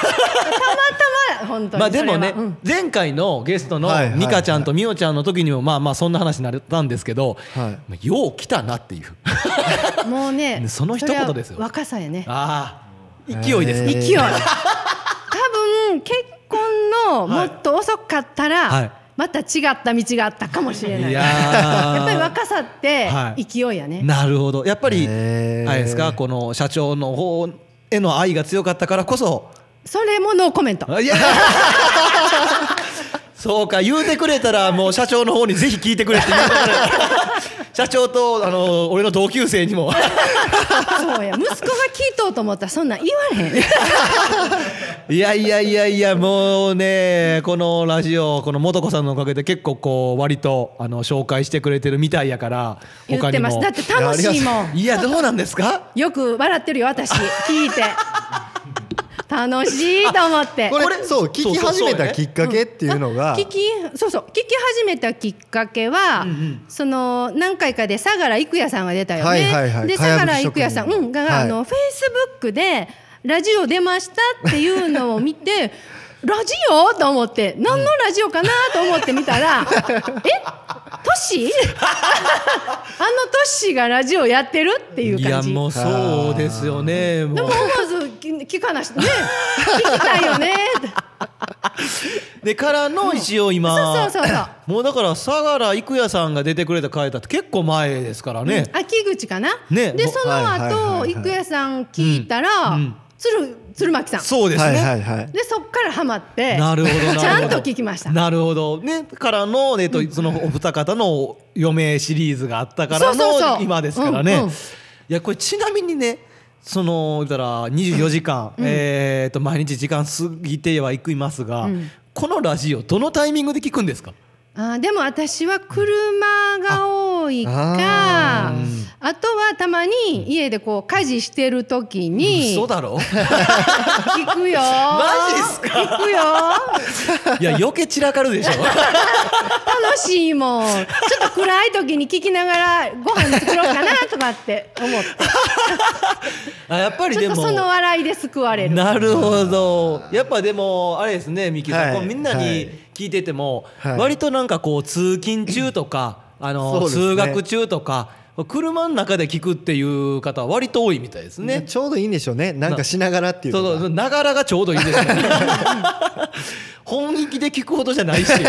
Speaker 3: 本当に
Speaker 2: まあでもね、
Speaker 3: それはうん
Speaker 2: 前回のゲストの
Speaker 1: はいはいはい
Speaker 2: ミカちゃんとミオちゃんの時にもまあまあそんな話になったんですけど、
Speaker 1: は
Speaker 2: よう来たなっていう
Speaker 3: もうね
Speaker 2: その一言ですよ
Speaker 3: それは若さやね
Speaker 2: ああ勢いですね、
Speaker 1: えー
Speaker 3: 勢い多分結婚のも
Speaker 2: はい
Speaker 3: っと遅かったら、
Speaker 2: はい
Speaker 3: また違った道があったかもしれない
Speaker 2: いやー
Speaker 3: やっぱり若さって
Speaker 2: はい
Speaker 3: 勢いやね、
Speaker 2: なるほどやっぱり、
Speaker 1: へー
Speaker 2: あれですかこの社長の方への愛が強かったからこそ
Speaker 3: それもノーコメン ト
Speaker 2: いやそうか言うてくれたらもう社長の方にぜひ聞いてくれって言うてくれた社長とあの俺の同級生にも
Speaker 3: そうや息子が聞いとうと思ったらそんなん言われへん
Speaker 2: いやいやいやいやもうねこのラジオこの素子さんのおかげで結構こう割とあの紹介してくれてるみたいやから
Speaker 3: 言ってますだって楽しいもん
Speaker 2: いやどうなんですか
Speaker 3: よく笑ってるよ私聞いて楽しいと思って
Speaker 1: こ
Speaker 2: こ
Speaker 1: れ
Speaker 2: れ
Speaker 1: そう聞き始めたきっかけっていうのが、
Speaker 3: 聞きそうそう聞き始めたきっかけは、その何回かで相良郁也さんが出たよね、
Speaker 1: はいはいはい
Speaker 3: で
Speaker 1: かやぶ
Speaker 3: 相
Speaker 1: き
Speaker 3: 良郁也さん、
Speaker 1: 職
Speaker 3: う
Speaker 1: 人
Speaker 3: ん、が、
Speaker 1: はい
Speaker 3: あのフェイスブックでラジオ出ましたっていうのを見て ラジオと思って何のラジオかなと思ってみたら、 えトシ あのトシがラジオやってるっていう感じ
Speaker 2: やもうそうですよねもう
Speaker 3: でも思わず聞かなしね聞きたいよね
Speaker 2: でからの一応今、
Speaker 3: うんそうそうそうそう
Speaker 2: もうだから相良郁也さんが出てくれた回だって結構前ですからね、
Speaker 3: 秋口かな、
Speaker 2: ね
Speaker 3: で
Speaker 2: も
Speaker 3: その
Speaker 1: はいはいは
Speaker 3: 後
Speaker 1: いはい
Speaker 3: 郁也さん聞いたら、
Speaker 2: うんうん
Speaker 3: 鶴鶴巻さん
Speaker 2: そうです
Speaker 1: は
Speaker 2: ね、
Speaker 1: いはいはい
Speaker 3: でそっからハマって
Speaker 2: なるほどなるほど
Speaker 3: ちゃんと聞きました
Speaker 2: なるほどねからの、えっと、そのお二方の余命シリーズがあったから
Speaker 3: そうそうそ
Speaker 2: の
Speaker 3: う
Speaker 2: 今ですからね、
Speaker 3: うんうん
Speaker 2: いやこれちなみにねその言ったら24時間、えーと毎日時間過ぎてはいきますが、
Speaker 3: うん
Speaker 2: このラジオどのタイミングで聞くんですか
Speaker 3: あーでも私は車が多いか
Speaker 1: ああ
Speaker 3: あ
Speaker 1: ー
Speaker 3: とはたまに家でこう家事してる時に
Speaker 2: 嘘だろ
Speaker 3: 聞くよ
Speaker 2: マジっす
Speaker 3: か聞くよ
Speaker 2: いや余計散らかるでしょ
Speaker 3: 楽しいもんちょっと暗い時に聞きながらご飯作ろうかなとかって思って
Speaker 2: あやっぱり
Speaker 3: ち
Speaker 2: で
Speaker 3: ょっ
Speaker 2: も
Speaker 3: とその笑いで救われる
Speaker 2: なるほどやっぱでもあれですねミキさん、
Speaker 1: はい
Speaker 2: こうみんな
Speaker 1: はい
Speaker 2: に聞いてても、
Speaker 1: はい
Speaker 2: 割となんかこう通勤中とか、あ
Speaker 1: そう
Speaker 2: の
Speaker 1: ですね
Speaker 2: 通学中とか車の中で聞くっていう方は割と多いみたいですね
Speaker 1: ちょうどいいんでしょうねなんかしながらっていう
Speaker 2: そ
Speaker 1: のが
Speaker 2: のながらがちょうどいい ですね本気で聞くほどじ ゃないしい
Speaker 1: そう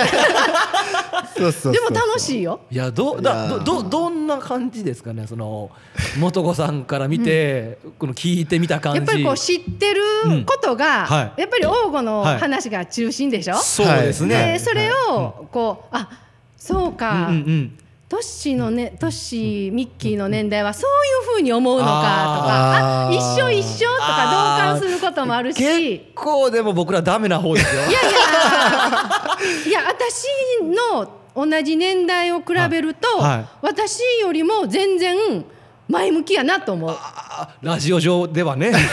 Speaker 1: そうそう
Speaker 3: でも楽しいよ
Speaker 2: やどだどどどんな感じですかねその元子さんから見て、この聞いてみた感じ
Speaker 3: やっぱりこう知ってること
Speaker 2: うんは
Speaker 3: が、
Speaker 2: い
Speaker 3: やっぱり王吾の
Speaker 2: はい
Speaker 3: 話が中心でしょ、
Speaker 2: そうですね、
Speaker 1: はい
Speaker 3: でそれをこうあそうか、
Speaker 2: うんうんうん
Speaker 3: トッシーのねトッシーミッキーの年代はそういうふうに思うのかとかあ
Speaker 1: あー
Speaker 3: 一緒一緒とか同感することもあるしいやい
Speaker 2: 結構でも僕らダメな方ですよ
Speaker 3: やいや私の同じ年代を比べると、
Speaker 2: はいはい
Speaker 3: 私よりも全然前向きやなと思う。
Speaker 2: あラジオ上では ね
Speaker 3: いやいや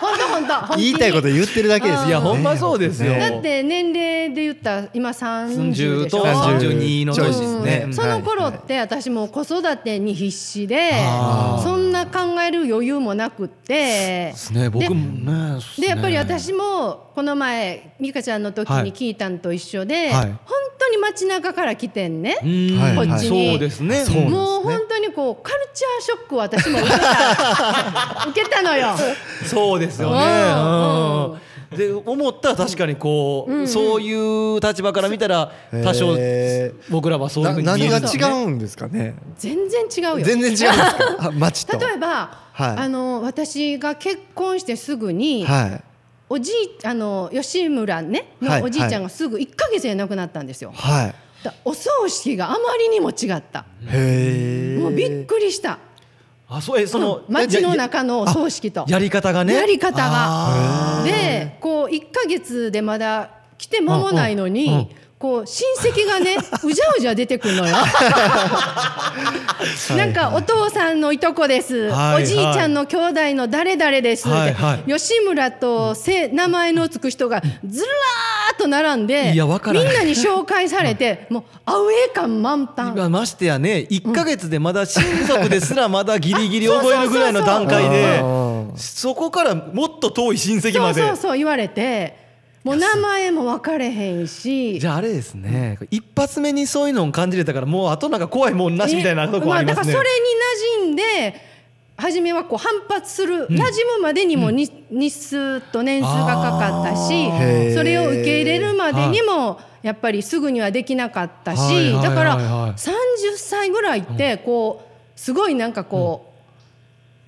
Speaker 3: 本当本当本当
Speaker 1: 言いたいこと言ってるだけですよ
Speaker 2: いやほんまそうですよ、
Speaker 1: ね
Speaker 3: だって年齢で言ったら今30
Speaker 2: 30
Speaker 3: でしょ
Speaker 2: と32の
Speaker 1: ちょい
Speaker 2: 年
Speaker 1: で
Speaker 2: ですす
Speaker 1: ね
Speaker 2: ね、
Speaker 1: うん
Speaker 3: その頃って私もう子育てに必死で
Speaker 2: あー
Speaker 3: そんな考える余裕もなくって
Speaker 2: ですね僕もね
Speaker 3: でやっぱり私もこの前美香ちゃんの時
Speaker 2: はい
Speaker 3: に聞いたんと一緒で、
Speaker 2: はい
Speaker 3: 本当に街中から来てんね、
Speaker 2: うん
Speaker 1: はい
Speaker 3: こっちに
Speaker 2: そうですね
Speaker 1: そうなんですね
Speaker 3: もう本当にこうカルチャーショックを私も受けた受けたのよ。
Speaker 2: そうですよ
Speaker 3: うん
Speaker 2: ね。うんで思ったら確かにこう、そういう立場から見たら
Speaker 1: へー
Speaker 2: 多少僕らはそういう
Speaker 1: な
Speaker 2: ふうに見
Speaker 1: 何
Speaker 2: え
Speaker 1: が
Speaker 2: るんですね
Speaker 1: 違うんですかね
Speaker 3: 全然違うよ
Speaker 1: 全然違うんですかあ街と
Speaker 3: 例えば、
Speaker 1: はい
Speaker 3: あの私が結婚してすぐに、
Speaker 1: はい
Speaker 3: おじいあの吉村ね
Speaker 1: はい
Speaker 3: のおじいちゃん
Speaker 1: は
Speaker 3: がすぐ1ヶ月で亡くなったんですよ、
Speaker 1: はい
Speaker 3: だお葬式があまりにも違った
Speaker 1: へえ
Speaker 3: もうびっくりした、
Speaker 2: あそうえその、
Speaker 3: うん街の
Speaker 2: やや
Speaker 3: 中のお葬式と
Speaker 2: やり方がね
Speaker 3: やり方
Speaker 2: あー
Speaker 3: がでこう1ヶ月でまだ来て間もないのに、
Speaker 2: うんうん
Speaker 3: こう親戚が ねうじゃうじゃ出てくるのよなんかお父さんのいとこです、
Speaker 2: はいはい
Speaker 3: おじいちゃんの兄弟の誰々ですって、
Speaker 2: はいはい
Speaker 3: 吉村とせ名前のつく人がずらーっと並んで
Speaker 2: いやわから
Speaker 3: み
Speaker 2: ん
Speaker 3: んなに紹介されてもうアウェー感満タン
Speaker 2: 今ましてやね1か月でまだ親族ですらまだギリギリ覚えるぐらいの段階で
Speaker 1: あー
Speaker 2: そこからもっと遠い親戚
Speaker 3: そ
Speaker 2: ま
Speaker 3: う
Speaker 2: で
Speaker 3: そうそう言われてもう名前も分かれへんし
Speaker 2: じゃああれですね一発目にそういうのを感じれたからもうあとなんか怖いもんなしみたいなとこはありますね
Speaker 3: まあ、だからそれに馴染んで初めはこう反発する、馴染むまでにもに、日数と年数がかかった
Speaker 2: あ
Speaker 1: ー
Speaker 3: しそれを受け入れるまでにもやっぱりすぐにはできなかったし、
Speaker 2: はいはいはいはい
Speaker 3: だから30歳ぐらいってこうすごいなんかこ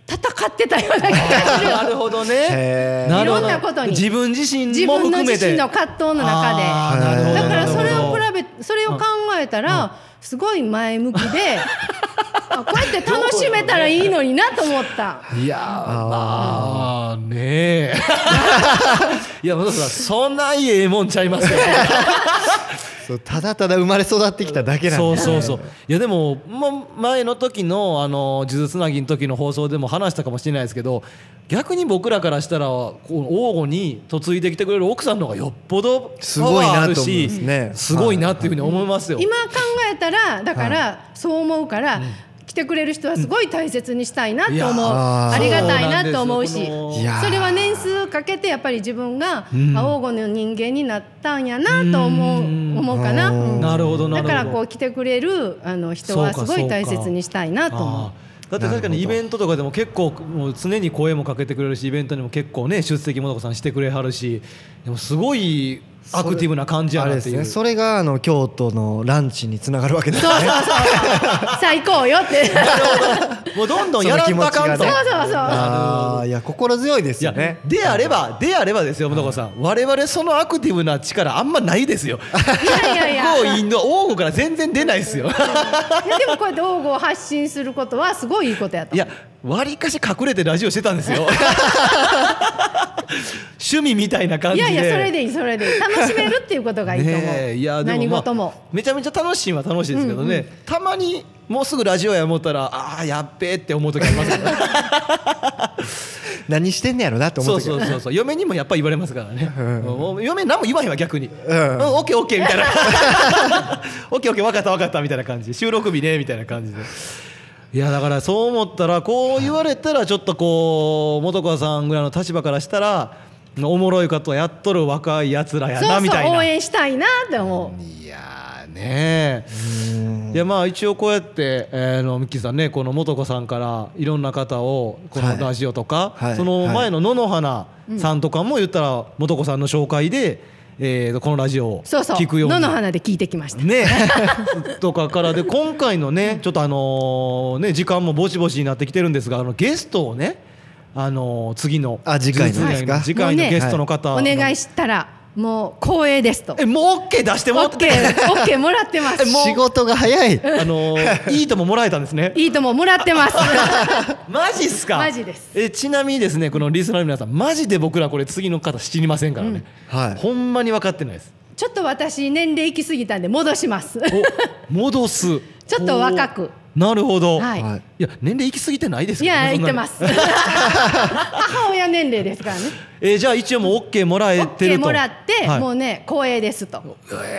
Speaker 3: う、戦ってたような気がす る。
Speaker 2: なるほどね
Speaker 1: へー
Speaker 2: なるほ
Speaker 3: い
Speaker 2: ど
Speaker 3: ろんなことに
Speaker 2: 自分自身
Speaker 3: 自
Speaker 2: も
Speaker 3: 分の
Speaker 2: 含め
Speaker 3: 自
Speaker 2: て
Speaker 3: 身の葛藤の中で
Speaker 2: あー
Speaker 1: なるほど
Speaker 3: だからそれを
Speaker 2: なる
Speaker 3: 比べそれを考えたらすごい前向き であこうやって楽しめたらいいのになと思った。
Speaker 2: いやーまあ ねえいやまあそうだそんなええもんちゃいますよ
Speaker 1: そうただただ生まれ育ってきただけなん
Speaker 2: そう
Speaker 1: で
Speaker 2: そうそういやでも、ま、前の時のあの「数珠つなぎ」の時の放送でも話したかもしれないですけど逆に僕らからしたらこう王吾に嫁いできてくれる奥さんの方がよっぽど
Speaker 1: すごいなと思うん
Speaker 2: パワーあるし
Speaker 1: ですね
Speaker 2: すごいなっていうふうに思いますよ。
Speaker 3: 今考えたらだからそう思うから来てくれる人はすごい大切にしたいなと
Speaker 2: いや
Speaker 3: 思う
Speaker 1: ー
Speaker 3: ありがたいなと思う
Speaker 2: そう
Speaker 3: し
Speaker 2: なんです
Speaker 1: いやー
Speaker 3: それは年数かけてやっぱり自分があ
Speaker 2: ん
Speaker 3: 王吾の人間になったんやなと思う
Speaker 2: うん
Speaker 3: 思うかな。
Speaker 1: うん
Speaker 2: なるほどなる
Speaker 3: だ
Speaker 2: ほ
Speaker 3: か
Speaker 2: ど
Speaker 3: らこう来てくれるあの人は
Speaker 2: そ
Speaker 3: す
Speaker 2: うか
Speaker 3: ごい大切にしたいなと思う
Speaker 2: あ。ーだって確かにイベントとかでも結構もう常に声もかけてくれるしイベントにも結構ね出席もとこさんしてくれはるしでもすごいアクティブな感じや
Speaker 1: あれ
Speaker 2: な
Speaker 1: で
Speaker 2: って
Speaker 1: す
Speaker 2: いう
Speaker 1: ねそれがあの京都のランチにつながるわけですね
Speaker 3: 最高よ って。
Speaker 2: もうどんどんやらんとあかん
Speaker 1: その気持ち
Speaker 2: と、
Speaker 1: がね
Speaker 3: そうそうそう
Speaker 1: あーいや心強いです
Speaker 2: いや
Speaker 1: よね
Speaker 2: であればであればですよもとこさん我々そのアクティブな力あんまないですよ
Speaker 3: いやいやいや。
Speaker 2: こういの王吾から全然出ないですよ
Speaker 3: いやでもこうやって王語を発信することはすごいいいことやと。
Speaker 2: いやわりかし隠れてラジオしてたんです よ趣味みたいな感
Speaker 3: い
Speaker 2: じ
Speaker 3: やいやそれでいいそれでいい楽しめるっていうことがいいと思う。
Speaker 2: ねえいやでも
Speaker 3: 何事も。
Speaker 2: まあめちゃめちゃ楽しいは楽しいですけどね、たまにもうすぐラジオや思ったらああやっべーって思う時ありますからね
Speaker 1: 何してんねやろなって思
Speaker 2: そう
Speaker 1: うけ
Speaker 2: そう
Speaker 1: ど
Speaker 2: そうそう嫁にもやっぱり言われますからね、
Speaker 1: うん
Speaker 2: もう嫁何も言わへんわ逆に、うんオッケーオッケーみたいな オッケーオッケー分かった分かったみたいな感じ収録日ねみたいな感じで。いやだからそう思ったらこう言われたらちょっとこう元子さんぐらいの立場からしたらおもろいことやっとる若いやつらや
Speaker 3: そ
Speaker 2: な
Speaker 3: う
Speaker 2: み
Speaker 3: そ
Speaker 2: たいうな
Speaker 3: 応援したいなって思う。
Speaker 2: いやーねいやまあ一応こうやって、えー、のミッキーさんねこの素子さんからいろんな方をこ
Speaker 1: はい
Speaker 2: のラジオとか、
Speaker 1: はい
Speaker 2: その前の野々花さんとかも言ったら素子さんの紹介で、えーこのラジオを
Speaker 3: そうそう
Speaker 2: 聞くように
Speaker 3: 野の花で聞いてきました、
Speaker 2: ね とかからで今回のねちょっとあのね時間もぼちぼちになってきてるんですがあのゲストをねあの次の
Speaker 1: あ次回のですか
Speaker 2: 次回の
Speaker 3: もうね
Speaker 2: ゲストの方
Speaker 3: お願い
Speaker 2: し
Speaker 3: したらもう光栄ですと
Speaker 2: えもう OK 出して
Speaker 3: オ
Speaker 2: もら
Speaker 3: ッ
Speaker 2: っ
Speaker 3: ケ
Speaker 2: て
Speaker 3: ーオッケーもらってます
Speaker 1: 仕事が早い
Speaker 2: あ のいいとももらえたんですね
Speaker 3: いいとももらってます
Speaker 2: マジっすか
Speaker 3: マジです
Speaker 2: えちなみにですねこのリスナーの皆さんマジで僕らこれ次の方知りませんからね、
Speaker 1: うんはい
Speaker 2: ほんまに分かってないです
Speaker 3: ちょっと私年齢いきすぎたんで戻 します
Speaker 2: お戻す
Speaker 3: ちょっと若く
Speaker 2: おなるほど、
Speaker 3: はい
Speaker 1: はい
Speaker 2: いや年齢行き過ぎてないです
Speaker 3: い
Speaker 2: けどね
Speaker 3: や
Speaker 2: そん
Speaker 3: 言っ
Speaker 2: な
Speaker 3: て
Speaker 2: の
Speaker 3: ます 母親年齢ですからね
Speaker 2: えーじゃあ一応もう OK もら
Speaker 3: オ
Speaker 2: え
Speaker 3: ッ
Speaker 2: て
Speaker 3: ケ
Speaker 2: る
Speaker 3: ー
Speaker 2: と
Speaker 3: もらって、
Speaker 2: はい
Speaker 3: もうね光栄ですと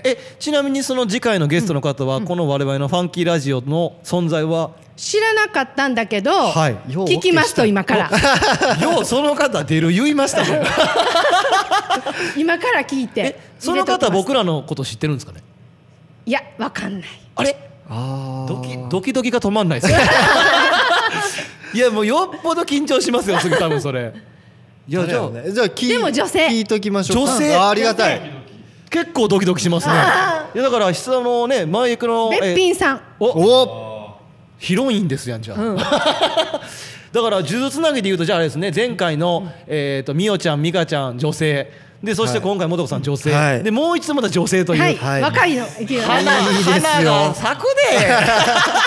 Speaker 2: えちなみにその次回のゲストの方はこの我々のファンキーラジオの存在は
Speaker 3: 知らなかったんだけど、
Speaker 2: はい
Speaker 1: よう
Speaker 3: 聞きますと今から
Speaker 2: ようその方出る言いましたね
Speaker 3: 今から聞い
Speaker 2: え
Speaker 3: て
Speaker 2: その方
Speaker 3: 入れときます
Speaker 2: 僕らのこと知ってるんですかね
Speaker 3: いやわかんない
Speaker 2: あれ
Speaker 1: あー
Speaker 2: ドキドキドキが止まんないですね いやもうよっぽど緊張しますよすぐ多分そ れいやじゃあ、
Speaker 1: ねじゃあ聞い
Speaker 3: でも女性
Speaker 1: 聞いときましょうか
Speaker 2: 女性
Speaker 1: あーありがたい
Speaker 2: 結構ドキドキしますね いやだから質のね前行く の
Speaker 3: べっ
Speaker 2: え
Speaker 3: ぴんさん
Speaker 2: お
Speaker 1: お
Speaker 2: ヒロインですやんじゃあ、
Speaker 3: う ん
Speaker 2: だから呪術つなぎで言うとじゃああれですね前回の、えー、とみおちゃんみかちゃん女性でそして
Speaker 1: はい
Speaker 2: 今回もとこさん女性、
Speaker 1: はい
Speaker 2: でもう一つまた女性という、
Speaker 3: はい、
Speaker 1: はい
Speaker 3: 若いのいきなり
Speaker 2: 花
Speaker 1: いいですよ
Speaker 2: 花が咲くで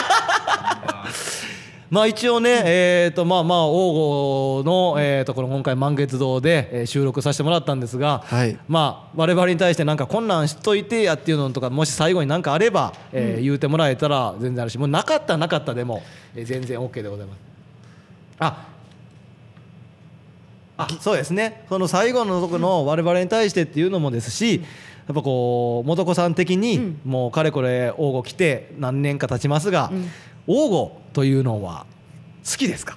Speaker 2: まあ一応ね、えー、とまあまあ王吾の、えー、とこの今回満月堂で、えー収録させてもらったんですが、
Speaker 1: はい
Speaker 2: まあ我々に対してなんか困難しといてやっていうのとかもし最後に何かあれば、えー言うてもらえたら全然あるしもうなかったらなかったでも、えー全然 OK でございます。ああそうですねその最後のとこの我々に対してっていうのもですし、やっぱこう元子さん的に、
Speaker 3: うん
Speaker 2: もうかれこれ王吾来て何年か経ちますが、
Speaker 3: うん
Speaker 2: 王吾というのは好きですか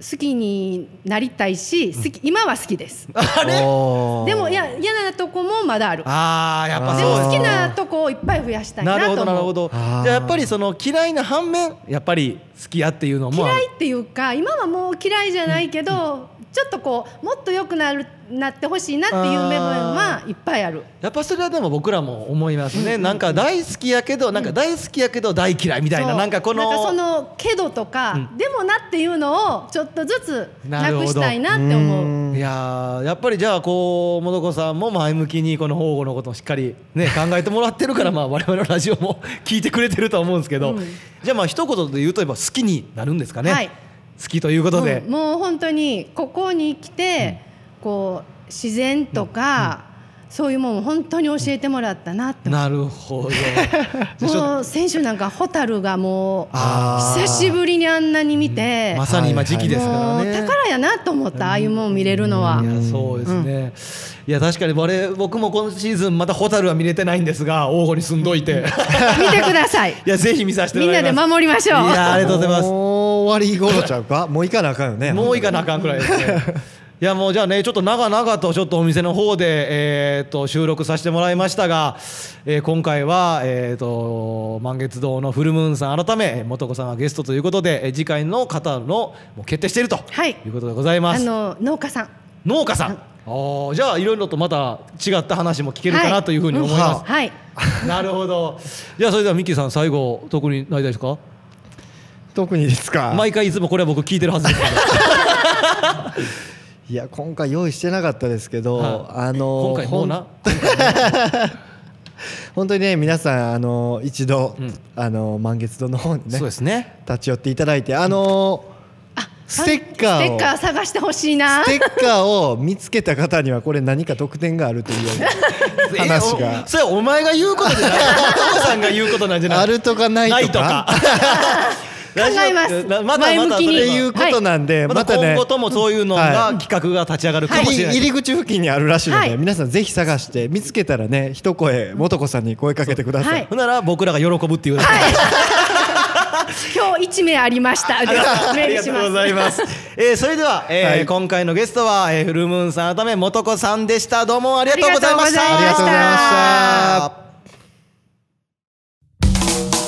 Speaker 3: 好きになりたいし好き今は好きです
Speaker 1: あれ
Speaker 3: でもいや嫌なとこもまだある
Speaker 2: あーやっぱ
Speaker 1: あ
Speaker 2: そ
Speaker 3: で
Speaker 2: う
Speaker 3: も
Speaker 2: です
Speaker 3: 好きなとこをいっぱい増やしたいな
Speaker 2: なるほ
Speaker 3: と思
Speaker 2: ど
Speaker 3: う
Speaker 2: なるほどじ
Speaker 1: あー
Speaker 2: ゃあやっぱりその嫌いな反面やっぱり好きやっていうのもあ
Speaker 3: 嫌
Speaker 2: る
Speaker 3: いっていうか今はもう嫌いじゃないけどちょっとこうもっと良くなるなってほしいなっていう部分はいっぱいある
Speaker 2: やっぱそれはでも僕らも思いますね、なんか大好きやけどなんか大好きやけど大嫌いみたいな、
Speaker 3: そう
Speaker 2: なんかこの
Speaker 3: なんかそのけどとか、
Speaker 2: う
Speaker 3: でもなっていうのをちょっとずつ
Speaker 2: な
Speaker 3: な
Speaker 2: るほ
Speaker 3: く
Speaker 2: ど
Speaker 3: したいなって思う
Speaker 2: いやーやっぱりじゃあこうもどこさんも前向きにこの保護のことをしっかり ね考えてもらってるからまあ我々のラジオも 聞いてくれてるとは思うんですけど、
Speaker 3: うん
Speaker 2: じゃあまあ一言で言うとやっぱ好きになるんですかね、
Speaker 3: はい
Speaker 2: 好きということで、
Speaker 3: うんもう本当にここに来て、こう自然とか、そういうもんを本当に教えてもらったなって思う
Speaker 2: なるほど じゃあちょっと
Speaker 3: もう選手なんか蛍がもう
Speaker 2: あー
Speaker 3: 久しぶりにあんなに見て、
Speaker 2: まさに今時期ですから
Speaker 3: もう
Speaker 2: ね。
Speaker 3: 宝やなと思った、ああいうもん見れるのは。
Speaker 2: いやそうですね、いや確かに我々僕も今シーズンまた蛍は見れてないんですが王吾に住んどいて
Speaker 3: 見てください。
Speaker 2: い やぜひ見させて
Speaker 3: み
Speaker 2: も
Speaker 3: ん
Speaker 2: ら
Speaker 3: ない
Speaker 2: ます
Speaker 3: で守りましょう。
Speaker 2: いやありがとうございます
Speaker 1: もう終わり頃ちゃうかもう行かなあかんよね
Speaker 2: もういかなあかんくらいです ね。いやもうじゃあねちょっと長々とちょっとお店の方で、えー、と収録させてもらいましたが、えー今回は、えー、と満月堂のフルムーンさん改め元子さんがゲストということでえー次回の方のもう決定していると、
Speaker 3: はい
Speaker 2: いうことでございま
Speaker 3: あ
Speaker 2: す
Speaker 3: の農家さん。
Speaker 2: 農家さんあーじゃあいろいろとまた違った話も聞けるかなというふうに思います、
Speaker 3: うん はい。
Speaker 2: なるほどじゃあそれではミッキーさん最後特になりたいですか
Speaker 1: 特にですか
Speaker 2: 毎回いつもこれは僕聞いてるはずですけど
Speaker 1: いや今回用意してなかったですけど、
Speaker 2: はい
Speaker 1: あの
Speaker 2: 今回もうな
Speaker 1: 本当にね皆さんあの一度、
Speaker 2: うん
Speaker 1: あの満月堂の方にね
Speaker 2: そうで
Speaker 1: 立
Speaker 2: すね
Speaker 1: ち寄っていただいてあのステッカーを
Speaker 3: ステッカー探してほしいな。
Speaker 1: ステッカーを見つけた方にはこれ何か特典があるという ような話
Speaker 2: え
Speaker 1: が
Speaker 2: おそれはお前が言うことじゃないお父さんが言うことなんじゃない
Speaker 1: あるとかないとか
Speaker 2: ないとか
Speaker 3: 考えます
Speaker 2: ラジオなまた
Speaker 3: 前向
Speaker 1: っ
Speaker 2: またそれ
Speaker 3: きに
Speaker 1: て
Speaker 2: 言
Speaker 1: いううことなんで、
Speaker 2: ま
Speaker 1: ま
Speaker 2: た
Speaker 1: たね
Speaker 2: 今後ともそういうの
Speaker 1: は
Speaker 2: が
Speaker 1: い
Speaker 2: 企画が立ち上がるかも
Speaker 1: 入
Speaker 2: し
Speaker 1: り
Speaker 2: れない
Speaker 1: 入り口付近にあるらしいので、
Speaker 3: はい
Speaker 1: 皆さんぜひ探して見つけたらね一声元子さんに声かけてください、
Speaker 3: はい
Speaker 2: ほんなら僕らが喜ぶっていう
Speaker 3: 今日一名ありました。
Speaker 2: あ
Speaker 3: メー
Speaker 2: りが
Speaker 3: ルし
Speaker 2: とう
Speaker 3: ま
Speaker 2: ござい
Speaker 3: す。
Speaker 2: ます。えー、それでは、えー
Speaker 1: はい
Speaker 2: 今回のゲストは、えー、フルムーンさん改め元子さんでした。どうもありがとうございました。
Speaker 3: ありがとうございましたありがとうございました
Speaker 1: ありがとうございました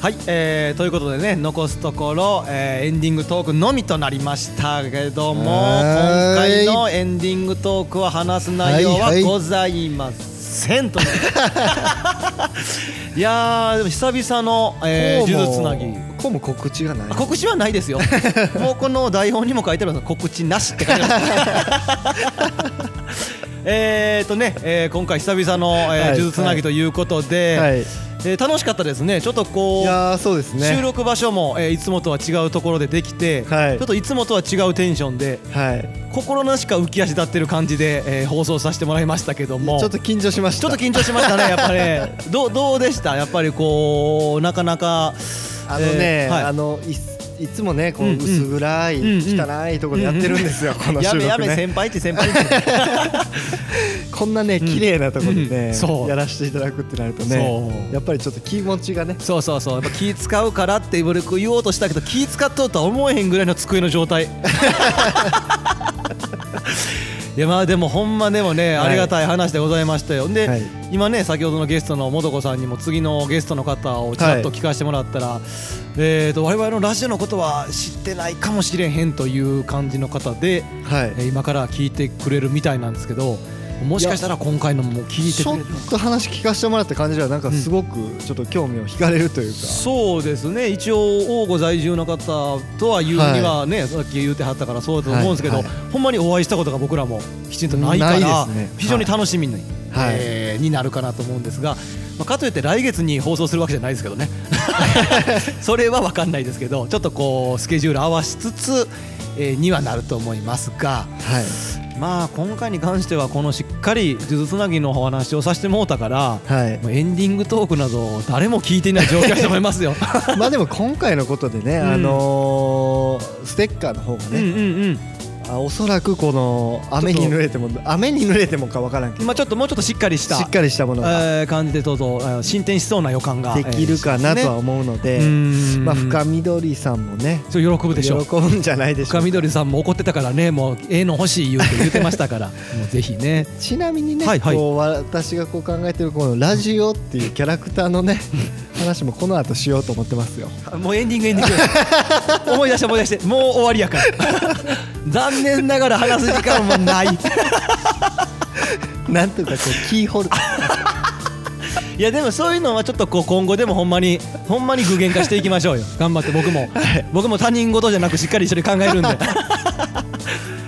Speaker 2: はい、えー、ということでね残すところ、えー、エンディングトークのみとなりましたけども今
Speaker 1: はーい
Speaker 2: 回のエンディングトークは話す内容
Speaker 1: は
Speaker 2: はい
Speaker 1: はい
Speaker 2: ございませんという いやーでも久々の、えー、呪術つなぎ
Speaker 1: こうも告知がない
Speaker 2: あ告知はないで すよもうこの台本にも書いてあるの告知なしって書いてます えーっとね、えー今回久々の、えー
Speaker 1: はい
Speaker 2: 呪術つなぎということで、
Speaker 1: はい
Speaker 2: えー楽しかったですねちょっとこ
Speaker 1: いうやーそうですね
Speaker 2: 収録場所も、えーいつもとは違うところでできて、
Speaker 1: はい
Speaker 2: ちょっといつもとは違うテンションで
Speaker 1: はい
Speaker 2: 心なしか浮き足立ってる感じで、えー放送させてもらいましたけども
Speaker 1: ちょっと緊張しまし
Speaker 2: ちょ
Speaker 1: た
Speaker 2: っと緊張しましたね、やっぱ り、ね、どうどうでした、やっぱりこう、なかなか、
Speaker 1: あのね、
Speaker 2: えーはい
Speaker 1: あのいついつもねこ
Speaker 2: う
Speaker 1: うん
Speaker 2: うん
Speaker 1: 薄暗い、
Speaker 2: うんうん
Speaker 1: 汚いところでやってるんですよ、この
Speaker 2: や
Speaker 1: 収
Speaker 2: べや
Speaker 1: 録ね
Speaker 2: べ、先輩って先輩って、
Speaker 1: こんなね綺麗なところでね、
Speaker 2: うんそう
Speaker 1: やらせていただくってなるとね
Speaker 2: そう
Speaker 1: やっぱりちょっと気持ちがね
Speaker 2: そうそうそう、やっぱ気使うからって俺言おうとしたけど、気使っとうとは思えへんぐらいの机の状態。 いやまあでもほんまでもね、
Speaker 1: はい
Speaker 2: ありがたい話でございましたよで、
Speaker 1: はい
Speaker 2: 今ね先ほどのゲストのもとこさんにも次のゲストの方をちらっと聞かせてもらったら、えー、と我々のラジオのことは知ってないかもしれへんという感じの方で、
Speaker 1: はい、
Speaker 2: えー今から聞いてくれるみたいなんですけどもしかしたら今回のも聞いて
Speaker 1: ち
Speaker 2: く
Speaker 1: ょ
Speaker 2: れ
Speaker 1: っ
Speaker 2: る
Speaker 1: と話聞かせてもらった感じではなんかすごくちょっと興味を惹かれるというか、
Speaker 2: そうですね一応大御在住の方とは言うにはね、さっき言うてはったからそうだと思うんですけど、
Speaker 1: はいは
Speaker 2: ほんまにお会いしたことが僕らもきちんとないか
Speaker 1: ない
Speaker 2: ら、
Speaker 1: ですね
Speaker 2: 非常に楽しみに,、
Speaker 1: はい
Speaker 2: えーになるかなと思うんですが、まあ、かといって来月に放送するわけじゃないですけどね それは分かんないですけどちょっとこうスケジュール合わしつつ、えーにはなると思いますが。
Speaker 1: はい
Speaker 2: まあ今回に関してはこのしっかり「呪術つなぎ」のお話をさせてもうたから、
Speaker 1: はい
Speaker 2: もうエンディングトークなど誰も聞いていない状況だと思いますよ。
Speaker 1: まあでも今回のことでね、
Speaker 2: ん
Speaker 1: あのーステッカーの方が
Speaker 2: うん
Speaker 1: ね、
Speaker 2: うん
Speaker 1: あおそらくこの雨に濡れても雨に濡れてもかわからんけ
Speaker 2: うん。
Speaker 1: ど、
Speaker 2: まあちょっともうちょっとしっかりした
Speaker 1: しっかりしたものが
Speaker 2: えー感じでどうぞえー進展しそうな予感が
Speaker 1: できるかなとは
Speaker 2: え
Speaker 1: 思うの
Speaker 2: ー
Speaker 1: で、
Speaker 2: しますねうん
Speaker 1: まあ深緑さんもね
Speaker 2: そう喜ぶでし
Speaker 1: 喜
Speaker 2: ょう。
Speaker 1: ぶんじゃないでしょ
Speaker 2: 深
Speaker 1: うか。
Speaker 2: 緑さんも怒ってたからねもうええの欲しい言うて言ってましたから もうぜひね
Speaker 1: ちなみにね、
Speaker 2: はいはい
Speaker 1: こう私がこう考えてるこのラジオっていうキャラクターの ね話もこの後しようと思ってますよ。
Speaker 2: もうエンディングエンディン グ思い出して思い出してもう終わりやから 残念ながら話す時間もない
Speaker 1: なんというかこうキーホルダー
Speaker 2: いやでもそういうのはちょっとこう今後でもほんまにほんまに具現化していきましょ うよ頑張って僕も、僕も他人事じゃなくしっかり一緒に考え るんでね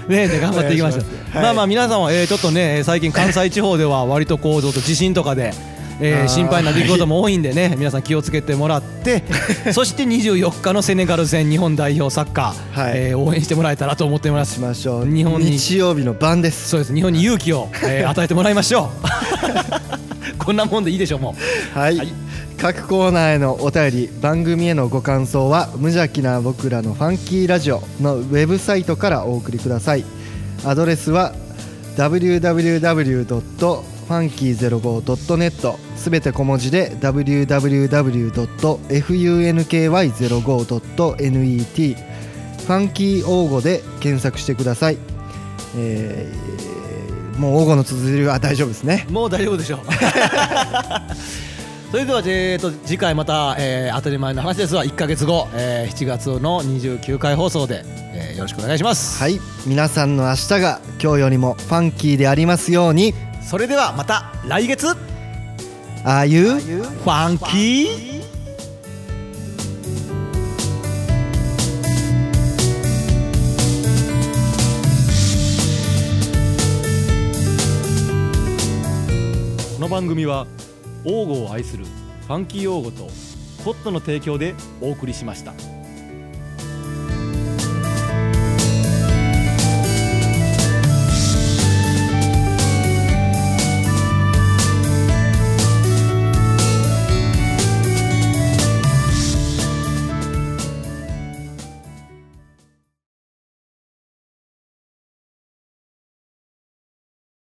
Speaker 2: えねえ頑張っていきましょう
Speaker 1: お願いしま
Speaker 2: ます
Speaker 1: はい
Speaker 2: あまあ皆さんは、えーちょっとね最近関西地方では割とこうちょっと地震とかで。え
Speaker 1: あ
Speaker 2: ー
Speaker 1: ー
Speaker 2: 心配な出来事も多いんでね 皆さん気をつけてもらって そして24日のセネガル戦日本代表サッカー、
Speaker 1: はい
Speaker 2: えー応援してもらえたらと思ってます
Speaker 1: しましょう。
Speaker 2: 日本に
Speaker 1: 日曜日の晩です。
Speaker 2: そうです日本に勇気を、えー与えてもらいましょ う こんなもんでいいでしょうもう
Speaker 1: はい、各コーナーへのお便り番組へのご感想は「無邪気な僕らのファンキーラジオ」のウェブサイトからお送りくださいアドレスは www.funky05.net すべて小文字で www.funky05.net ファンキー応募で検索してください、えーもう応募の綴りは大丈夫ですね
Speaker 2: もう大丈夫でしょう。 それでは、えー、と次回また、えー当たり前の話ですが1か月後、えー7月の29回放送で、えーよろしくお願いします、
Speaker 1: はい皆さんの明日が今日よりもファンキーでありますように
Speaker 2: それではまた来月フ
Speaker 1: ああいう
Speaker 2: ァンキーこの番組は王語を愛するファンキー王語とポットの提供でお送りしました。